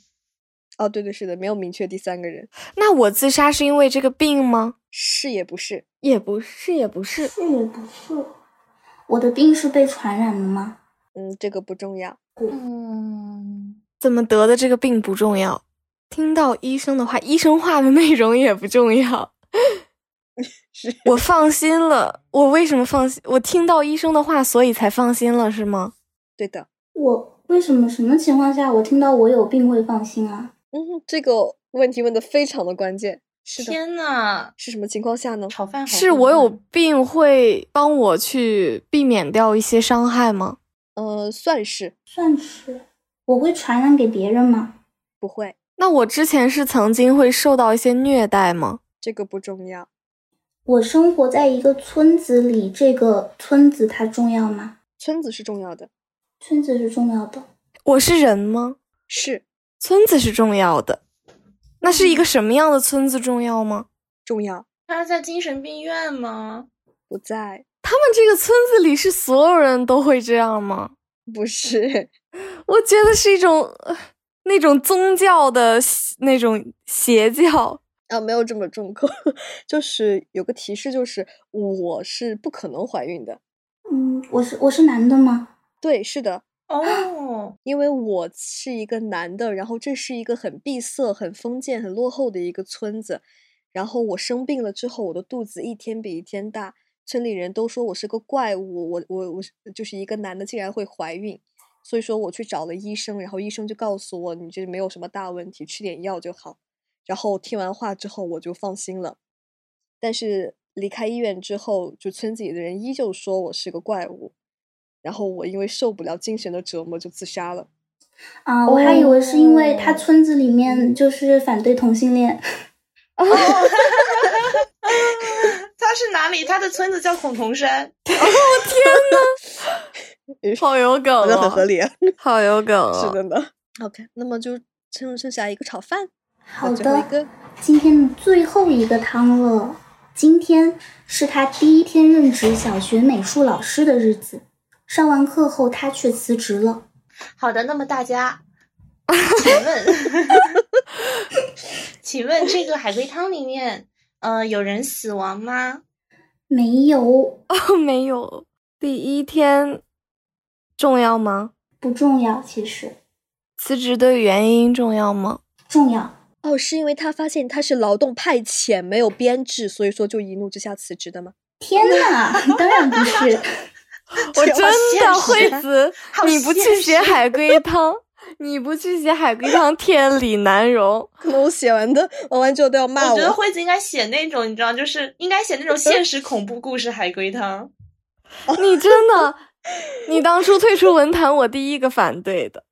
[SPEAKER 1] 哦，对对，是的，没有明确第三个人，
[SPEAKER 4] 那我自杀是因为这个病吗？
[SPEAKER 1] 是也不是。
[SPEAKER 4] 也不是，也不是。
[SPEAKER 3] 是也不是。我的病是被传染的吗？
[SPEAKER 1] 嗯，这个不重要。
[SPEAKER 2] 嗯，
[SPEAKER 4] 怎么得的这个病不重要，听到医生的话，医生话的内容也不重要。
[SPEAKER 1] 是
[SPEAKER 4] 我放心了，我为什么放心？我听到医生的话，所以才放心了，是吗？
[SPEAKER 1] 对的。
[SPEAKER 3] 我为什么什么情况下我听到我有病会放心啊？
[SPEAKER 1] 嗯，这个问题问的非常的关键。是的，
[SPEAKER 2] 天呐，
[SPEAKER 1] 是什么情况下呢？
[SPEAKER 2] 炒饭好
[SPEAKER 4] 是
[SPEAKER 2] 混
[SPEAKER 4] 我有
[SPEAKER 2] 乱
[SPEAKER 4] 病会帮我去避免掉一些伤害吗？
[SPEAKER 1] 呃，算是
[SPEAKER 3] 算是我会传染给别人吗？
[SPEAKER 1] 不会，
[SPEAKER 4] 那我之前是曾经会受到一些虐待吗？
[SPEAKER 1] 这个不重要。
[SPEAKER 3] 我生活在一个村子里，这个村子它重要吗？
[SPEAKER 1] 村子是重要的，
[SPEAKER 3] 村子是重要的。
[SPEAKER 4] 我是人吗？
[SPEAKER 1] 是
[SPEAKER 4] 村子是重要的，那是一个什么样的村子重要吗？
[SPEAKER 1] 重要，
[SPEAKER 2] 他在精神病院吗？
[SPEAKER 1] 不在，
[SPEAKER 4] 他们这个村子里是所有人都会这样吗？
[SPEAKER 1] 不是，
[SPEAKER 4] 我觉得是一种呃那种宗教的邪那种邪教。
[SPEAKER 1] 啊，没有这么重口， 就是有个提示，就是我是不可能怀孕的。
[SPEAKER 3] 嗯，我是我是男的吗？
[SPEAKER 1] 对，是的，
[SPEAKER 2] 哦，
[SPEAKER 1] 因为我是一个男的，然后这是一个很闭塞、很封建、很落后的一个村子。然后我生病了之后，我的肚子一天比一天大，村里人都说我是个怪物，我我我是就是一个男的竟然会怀孕，所以说我去找了医生，然后医生就告诉我，你这没有什么大问题，吃点药就好。然后听完话之后，我就放心了。但是离开医院之后，就村子里的人依旧说我是个怪物，然后我因为受不了精神的折磨就自杀了。
[SPEAKER 3] 啊，我还以为是因为他
[SPEAKER 2] 哦
[SPEAKER 3] 村子里面就是反对同性恋。
[SPEAKER 2] 他是哪里？他的村子叫孔同山。
[SPEAKER 4] 好有梗、
[SPEAKER 1] 我
[SPEAKER 4] 哦，
[SPEAKER 1] 觉得很合理啊，
[SPEAKER 4] 好有梗、哦。
[SPEAKER 1] 是的呢。OK，那么就剩剩下一个炒饭，
[SPEAKER 3] 好
[SPEAKER 1] 最后一
[SPEAKER 3] 的，
[SPEAKER 1] 个
[SPEAKER 3] 今天的最后一个汤了。今天是他第一天任职小学美术老师的日子，上完课后他却辞职了。
[SPEAKER 2] 好的，那么大家，请问， 请问这个海龟汤里面，呃，有人死亡吗？
[SPEAKER 3] 没有，
[SPEAKER 4] 哦， 没有。第一天重要吗？
[SPEAKER 3] 不重要，其实
[SPEAKER 4] 辞职的原因重要 吗？
[SPEAKER 3] 重要。
[SPEAKER 1] 哦，是因为他发现他是劳动派遣，没有编制，所以说就一怒之下辞职的吗？
[SPEAKER 3] 天哪，当然不是。
[SPEAKER 4] 我真的惠 子
[SPEAKER 2] 好，
[SPEAKER 4] 你不去
[SPEAKER 2] 现
[SPEAKER 4] 写海龟汤，你不去写海龟汤，天理难容。
[SPEAKER 1] 可能我写完的，完完之后都要骂
[SPEAKER 2] 我觉得
[SPEAKER 1] 我。
[SPEAKER 2] 惠子应该写那种，你知道，就是应该写那种现实恐怖故事海龟汤。
[SPEAKER 4] 你真 的，你当初退出文坛，我第一个反对 的，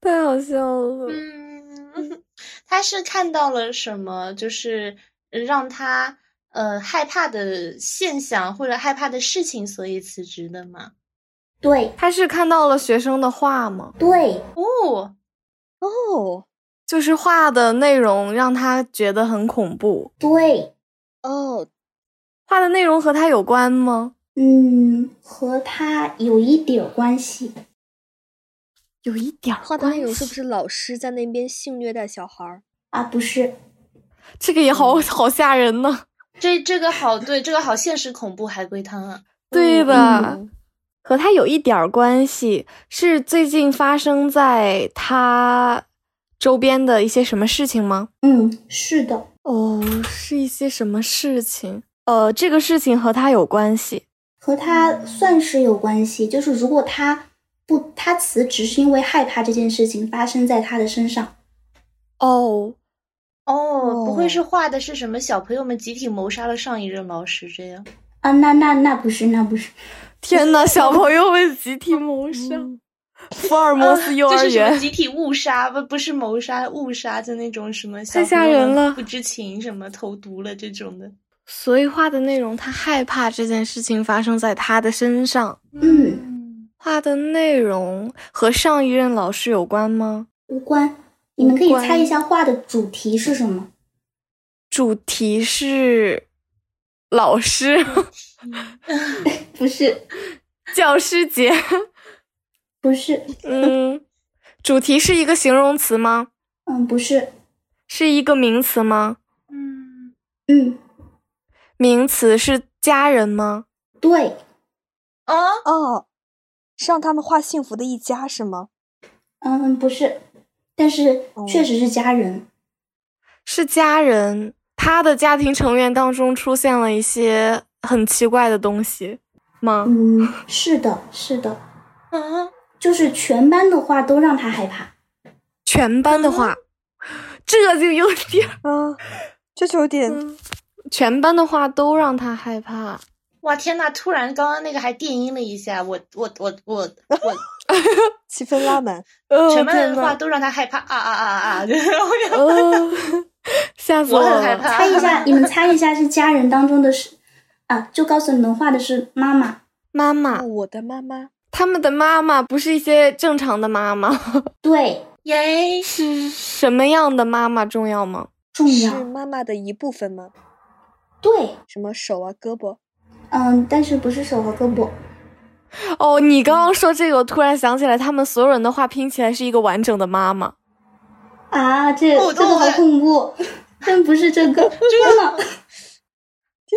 [SPEAKER 4] 太好笑了。
[SPEAKER 2] 嗯，他是看到了什么，就是让他呃害怕的现象或者害怕的事情，所以辞职的吗？
[SPEAKER 3] 对
[SPEAKER 4] 他是看到了学生的画吗？
[SPEAKER 3] 对，
[SPEAKER 2] 哦，
[SPEAKER 1] 哦
[SPEAKER 4] 就是画的内容让他觉得很恐怖，
[SPEAKER 3] 对，
[SPEAKER 1] 哦，
[SPEAKER 4] 画的内容和他有关吗？
[SPEAKER 3] 嗯，和他有一点儿关系。
[SPEAKER 4] 有一点儿
[SPEAKER 1] 画的
[SPEAKER 4] 关
[SPEAKER 1] 内容是不
[SPEAKER 4] 系
[SPEAKER 1] 是老师在那边性虐待小孩儿？
[SPEAKER 3] 啊，不是，
[SPEAKER 4] 这个也
[SPEAKER 1] 嗯
[SPEAKER 4] 好好吓人呢。
[SPEAKER 2] 这这个好，对，这个好现实恐怖海龟汤啊。
[SPEAKER 4] 对的，
[SPEAKER 1] 嗯
[SPEAKER 4] 和他有一点儿关系，是最近发生在他周边的一些什么事情吗？
[SPEAKER 3] 嗯，是的，
[SPEAKER 4] 哦，是一些什么事情？呃，这个事情和他有关系。
[SPEAKER 3] 和他算是有关系。就是如果他不，他辞职是因为害怕这件事情发生在他的身上。
[SPEAKER 4] 哦，
[SPEAKER 2] 哦，不会
[SPEAKER 1] 哦
[SPEAKER 2] 是画的是什么小朋友们集体谋杀了上一任老师这样？
[SPEAKER 3] 啊，那那那不是，那不是，
[SPEAKER 4] 天哪！小朋友们集体谋杀，福尔摩斯幼
[SPEAKER 2] 就
[SPEAKER 4] 儿
[SPEAKER 2] 是什么
[SPEAKER 4] 园。
[SPEAKER 2] 集体误杀，不不是谋杀，误杀就那种什么小
[SPEAKER 4] 太吓
[SPEAKER 2] 朋友们
[SPEAKER 4] 人了
[SPEAKER 2] 不知情什么投毒了这种的。
[SPEAKER 4] 所以画的内容，他害怕这件事情发生在他的身上。
[SPEAKER 3] 嗯，
[SPEAKER 2] 嗯，
[SPEAKER 4] 画的内容和上一任老师有关吗？
[SPEAKER 3] 无关。你们可以
[SPEAKER 4] 无关
[SPEAKER 3] 猜一下画的主题是什么？
[SPEAKER 4] 主题是老师
[SPEAKER 3] 不是，
[SPEAKER 4] 教师节。
[SPEAKER 3] 不是，
[SPEAKER 4] 嗯，主题是一个形容词吗？
[SPEAKER 3] 嗯，不是，
[SPEAKER 4] 是一个名词吗？
[SPEAKER 2] 嗯，
[SPEAKER 3] 嗯，
[SPEAKER 4] 名词是家人吗？
[SPEAKER 3] 对，
[SPEAKER 2] 啊，
[SPEAKER 1] 哦，是让他们画幸福的一家是吗？
[SPEAKER 3] 嗯，不是，但是确实是家人。
[SPEAKER 4] 是家人，他的家庭成员当中出现了一些很奇怪的东西吗？
[SPEAKER 3] 嗯，是的，是的，
[SPEAKER 2] 啊，
[SPEAKER 3] 就是全班的话都让他害怕。
[SPEAKER 4] 全班的话，嗯这就有点儿，
[SPEAKER 1] 啊，这就有点、
[SPEAKER 4] 全班的话都让他害怕。
[SPEAKER 2] 哇天呐！突然刚刚那个还电音了一下，我我我 我我
[SPEAKER 1] 气氛拉满。
[SPEAKER 4] 呃
[SPEAKER 2] 全班
[SPEAKER 4] 天
[SPEAKER 2] 的
[SPEAKER 4] 呐
[SPEAKER 2] 话都让他害怕啊啊啊啊 啊！
[SPEAKER 4] 呃，吓死
[SPEAKER 2] 我很
[SPEAKER 4] 了！
[SPEAKER 2] 害怕
[SPEAKER 3] 猜一下，你们猜一下是家人当中的是啊？就告诉你们画的是妈妈。
[SPEAKER 4] 妈妈，
[SPEAKER 1] 我的妈妈，
[SPEAKER 4] 他们的妈妈不是一些正常的妈妈，
[SPEAKER 3] 对，
[SPEAKER 2] 耶，
[SPEAKER 4] 是什么样的妈妈重要吗？
[SPEAKER 3] 重
[SPEAKER 1] 是
[SPEAKER 3] 要。
[SPEAKER 1] 妈妈的一部分吗？
[SPEAKER 3] 对，
[SPEAKER 1] 什么手啊、胳膊？
[SPEAKER 3] 嗯，但是不是手和胳膊？
[SPEAKER 4] 哦，你刚刚说这个，我突然想起来，他们所有人的话拼起来是一个完整的妈 妈。
[SPEAKER 3] 啊，这
[SPEAKER 2] 哦
[SPEAKER 3] 这个好
[SPEAKER 2] 对
[SPEAKER 3] 恐怖，但不是这个，真的。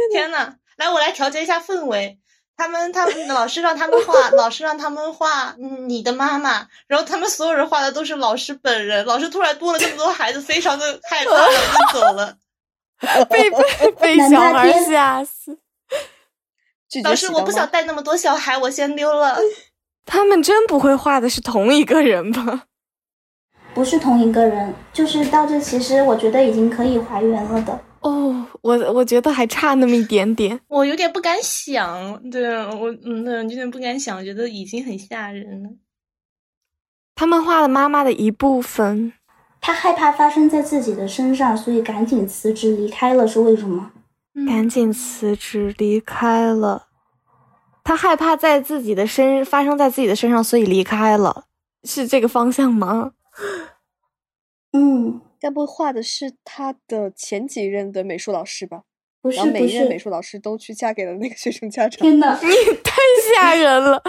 [SPEAKER 2] 天呐，来，我来调节一下氛围。他们，他们老师让他们画，老师让他们画嗯你的妈妈，然后他们所有人画的都是老师本人。老师突然多了这么多孩子，非常的害怕，就走了。
[SPEAKER 4] 被被被
[SPEAKER 3] 南
[SPEAKER 4] 小
[SPEAKER 3] 大
[SPEAKER 4] 孩
[SPEAKER 3] 天
[SPEAKER 4] 吓死。
[SPEAKER 1] 拒
[SPEAKER 2] 老
[SPEAKER 1] 绝
[SPEAKER 2] 师，
[SPEAKER 1] 洗
[SPEAKER 2] 我
[SPEAKER 1] 脑
[SPEAKER 2] 不
[SPEAKER 1] 吗
[SPEAKER 2] 想带那么多小孩，我先溜了。
[SPEAKER 4] 他们真不会画的是同一个人吧？
[SPEAKER 3] 不是同一个人，就是到这，其实我觉得已经可以还原了的。
[SPEAKER 4] 哦，我我觉得还差那么一点点。
[SPEAKER 2] 我有点不敢想，对我，嗯，对，有点不敢想，觉得已经很吓人了。
[SPEAKER 4] 他们画了妈妈的一部分，
[SPEAKER 3] 他害怕发生在自己的身上，所以赶紧辞职离开了，是为什么？
[SPEAKER 4] 赶紧辞职离开了。他害怕在自己的身发生在自己的身上，所以离开了，是这个方向 吗？
[SPEAKER 3] 嗯，
[SPEAKER 1] 该不会画的是他的前几任的美术老师吧？
[SPEAKER 3] 不
[SPEAKER 1] 然
[SPEAKER 3] 是
[SPEAKER 1] 后每
[SPEAKER 3] 不
[SPEAKER 1] 一任美
[SPEAKER 3] 是，
[SPEAKER 1] 术老师都去嫁给了那个学生家长。
[SPEAKER 3] 天哪，
[SPEAKER 4] 太吓人 了，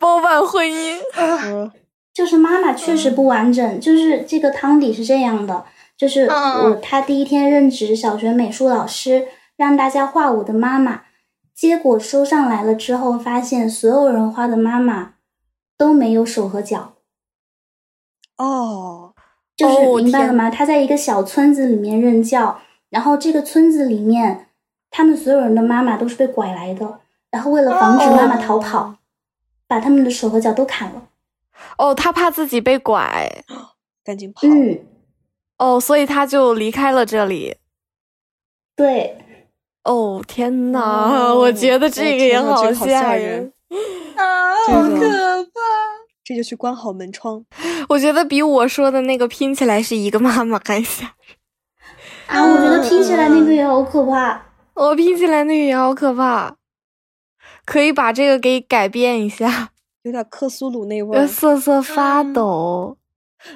[SPEAKER 4] 包办婚姻。
[SPEAKER 2] 啊
[SPEAKER 1] 嗯，
[SPEAKER 3] 就是妈妈确实不完整，就是这个汤底是这样的，就是
[SPEAKER 2] 嗯嗯
[SPEAKER 3] 我他第一天任职小学美术老师，让大家画我的妈妈，结果收上来了之后，发现所有人画的妈妈都没有手和脚。
[SPEAKER 1] 哦，
[SPEAKER 3] 就是
[SPEAKER 4] 哦
[SPEAKER 3] 明白了
[SPEAKER 4] 天
[SPEAKER 3] 吗？他在一个小村子里面任教，然后这个村子里面，他们所有人的妈妈都是被拐来的，然后为了防止妈妈逃跑，把他们的手和脚都砍了。
[SPEAKER 4] 哦，他怕自己被拐，
[SPEAKER 1] 赶紧跑！
[SPEAKER 3] 嗯，
[SPEAKER 4] 哦，所以他就离开了这里。
[SPEAKER 3] 对，
[SPEAKER 4] 哦天哪，
[SPEAKER 1] 哦
[SPEAKER 4] 我觉得这个也
[SPEAKER 1] 我天哪这个好
[SPEAKER 4] 吓
[SPEAKER 1] 吓
[SPEAKER 4] 人
[SPEAKER 1] 人。
[SPEAKER 2] 啊，
[SPEAKER 1] 这
[SPEAKER 2] 好
[SPEAKER 1] 个
[SPEAKER 2] 可怕！
[SPEAKER 1] 这就去关好门窗。
[SPEAKER 4] 我觉得比我说的那个拼起来是一个妈妈还吓。
[SPEAKER 3] 啊，我觉
[SPEAKER 4] 嗯
[SPEAKER 3] 得拼起来那个也好可怕。
[SPEAKER 4] 我拼起来那个也好可怕，可以把这个给改变一下，
[SPEAKER 1] 有点克苏鲁那味
[SPEAKER 2] 呃
[SPEAKER 4] 要
[SPEAKER 1] 儿，
[SPEAKER 4] 瑟瑟发抖。嗯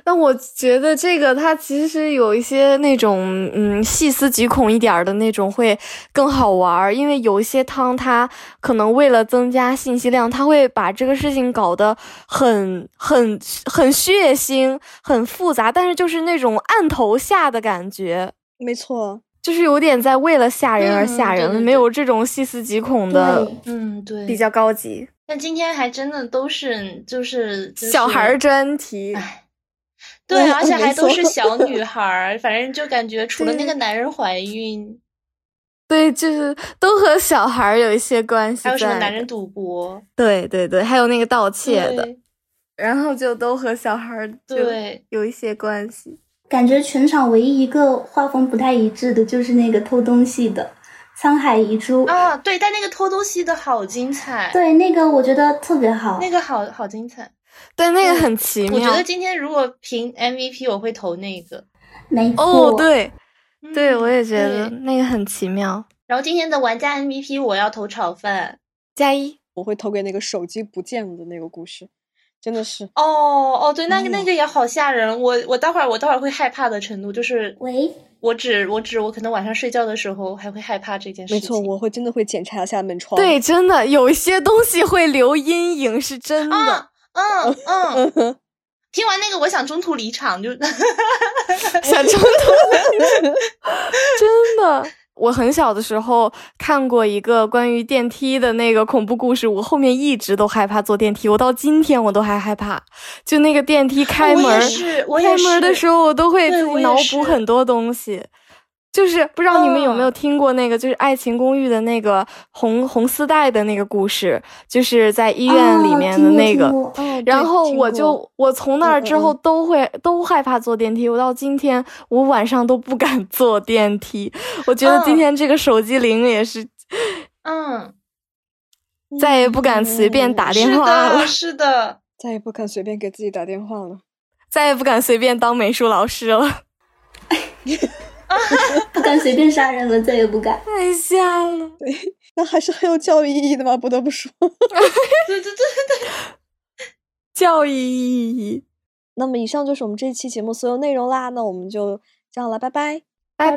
[SPEAKER 4] 那我觉得这个它其实有一些那种嗯细思极恐一点儿的那种会更好玩儿，因为有一些汤它可能为了增加信息量，它会把这个事情搞得很很很血腥、很复杂，但是就是那种按头下的感觉。
[SPEAKER 1] 没错，
[SPEAKER 4] 就是有点在为了吓人而吓人，
[SPEAKER 2] 嗯对对对
[SPEAKER 4] 没有这种细思极恐的
[SPEAKER 3] 对，
[SPEAKER 2] 嗯，对，
[SPEAKER 4] 比较高级
[SPEAKER 2] 但今天还真的都是就是、就是、
[SPEAKER 4] 小孩儿专题。
[SPEAKER 2] 唉对，
[SPEAKER 1] 嗯
[SPEAKER 2] 而且
[SPEAKER 1] 没
[SPEAKER 2] 还都是
[SPEAKER 1] 错
[SPEAKER 2] 小女孩儿，反正就感觉除了那
[SPEAKER 4] 对
[SPEAKER 2] 个男人怀孕，
[SPEAKER 4] 对，就是都和小孩儿有一些关系在
[SPEAKER 2] 还
[SPEAKER 4] 的。
[SPEAKER 2] 有什么男人赌博，
[SPEAKER 4] 对对对，还有那个盗窃的，
[SPEAKER 2] 对
[SPEAKER 4] 然后就都和小孩儿就
[SPEAKER 2] 对，
[SPEAKER 4] 有一些关系。
[SPEAKER 3] 感觉全场唯一一个画风不太一致的就是那个偷东西的沧海遗珠。
[SPEAKER 2] 啊，对，但那个偷东西的好精彩，，
[SPEAKER 3] 对，那个我觉得特别好。
[SPEAKER 2] 那个好好精彩。
[SPEAKER 4] 对，那个很奇
[SPEAKER 2] 我
[SPEAKER 4] 妙。
[SPEAKER 2] 觉得今天如果评 MVP，我会投那个。
[SPEAKER 3] 没错，
[SPEAKER 4] 哦，对对，
[SPEAKER 2] 嗯
[SPEAKER 4] 我也觉得
[SPEAKER 2] 对
[SPEAKER 4] 那个很奇妙。
[SPEAKER 2] 然后今天的玩家 MVP，我要投炒饭。
[SPEAKER 4] 加一，
[SPEAKER 1] 我会投给那个手机不见了的那个故事，真的是
[SPEAKER 2] 哦哦，对，那个
[SPEAKER 1] 嗯
[SPEAKER 2] 那个也好吓人，我我待会儿我待会儿会害怕的程度，就是
[SPEAKER 3] 喂，
[SPEAKER 2] 我只我只我可能晚上睡觉的时候还会害怕这件事情。
[SPEAKER 1] 没错，我会真的会检查一下门窗。哦
[SPEAKER 4] 对，真的有一些东西会留阴影，是真的。
[SPEAKER 2] 啊嗯嗯，
[SPEAKER 1] 嗯哼，
[SPEAKER 2] 听完那个，我想 中 途离场就。
[SPEAKER 4] 想冲突，真的我很小的时候看过一个关于电梯的那个恐怖故事，我后面一直都害怕坐电梯，我到今天我都还害怕。就那个电梯 开门，
[SPEAKER 2] 我也是我也
[SPEAKER 4] 开门的
[SPEAKER 2] 是
[SPEAKER 4] 时候我都会
[SPEAKER 2] 对
[SPEAKER 4] 自
[SPEAKER 2] 我
[SPEAKER 4] 己
[SPEAKER 2] 也
[SPEAKER 4] 脑
[SPEAKER 2] 是
[SPEAKER 4] 补很多东西。就是不知道你们有没有
[SPEAKER 2] 嗯
[SPEAKER 4] 听过那个，就是《爱情公寓》的那个红红丝带的那个故事，就是在医院
[SPEAKER 2] 啊
[SPEAKER 4] 里面的那个。
[SPEAKER 3] 哦听
[SPEAKER 1] 哦，
[SPEAKER 3] 过听过
[SPEAKER 1] 对
[SPEAKER 4] 然后
[SPEAKER 1] 听
[SPEAKER 4] 我
[SPEAKER 1] 过
[SPEAKER 4] 就我从那儿之后都会都害怕坐电梯，我到今天我晚上都不敢 坐电梯。我觉得今
[SPEAKER 2] 嗯
[SPEAKER 4] 天这个手机铃也是
[SPEAKER 2] 嗯，
[SPEAKER 4] 再也不敢随便打电
[SPEAKER 2] 是
[SPEAKER 4] 话啊了
[SPEAKER 2] 的，，是的，
[SPEAKER 1] 再也不敢随便给自己打电话了。
[SPEAKER 4] 再也不敢随便当美术老师了，
[SPEAKER 3] 不敢随便杀人了，再也不敢。
[SPEAKER 4] 太吓了。
[SPEAKER 1] 那还是很有教育意义的嘛，不得不说。
[SPEAKER 2] 对对对，
[SPEAKER 4] 教育意义，
[SPEAKER 1] 那么以上就是我们这期节目所有内容啦，那我们就这样了，拜拜。
[SPEAKER 4] 拜拜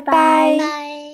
[SPEAKER 2] 拜。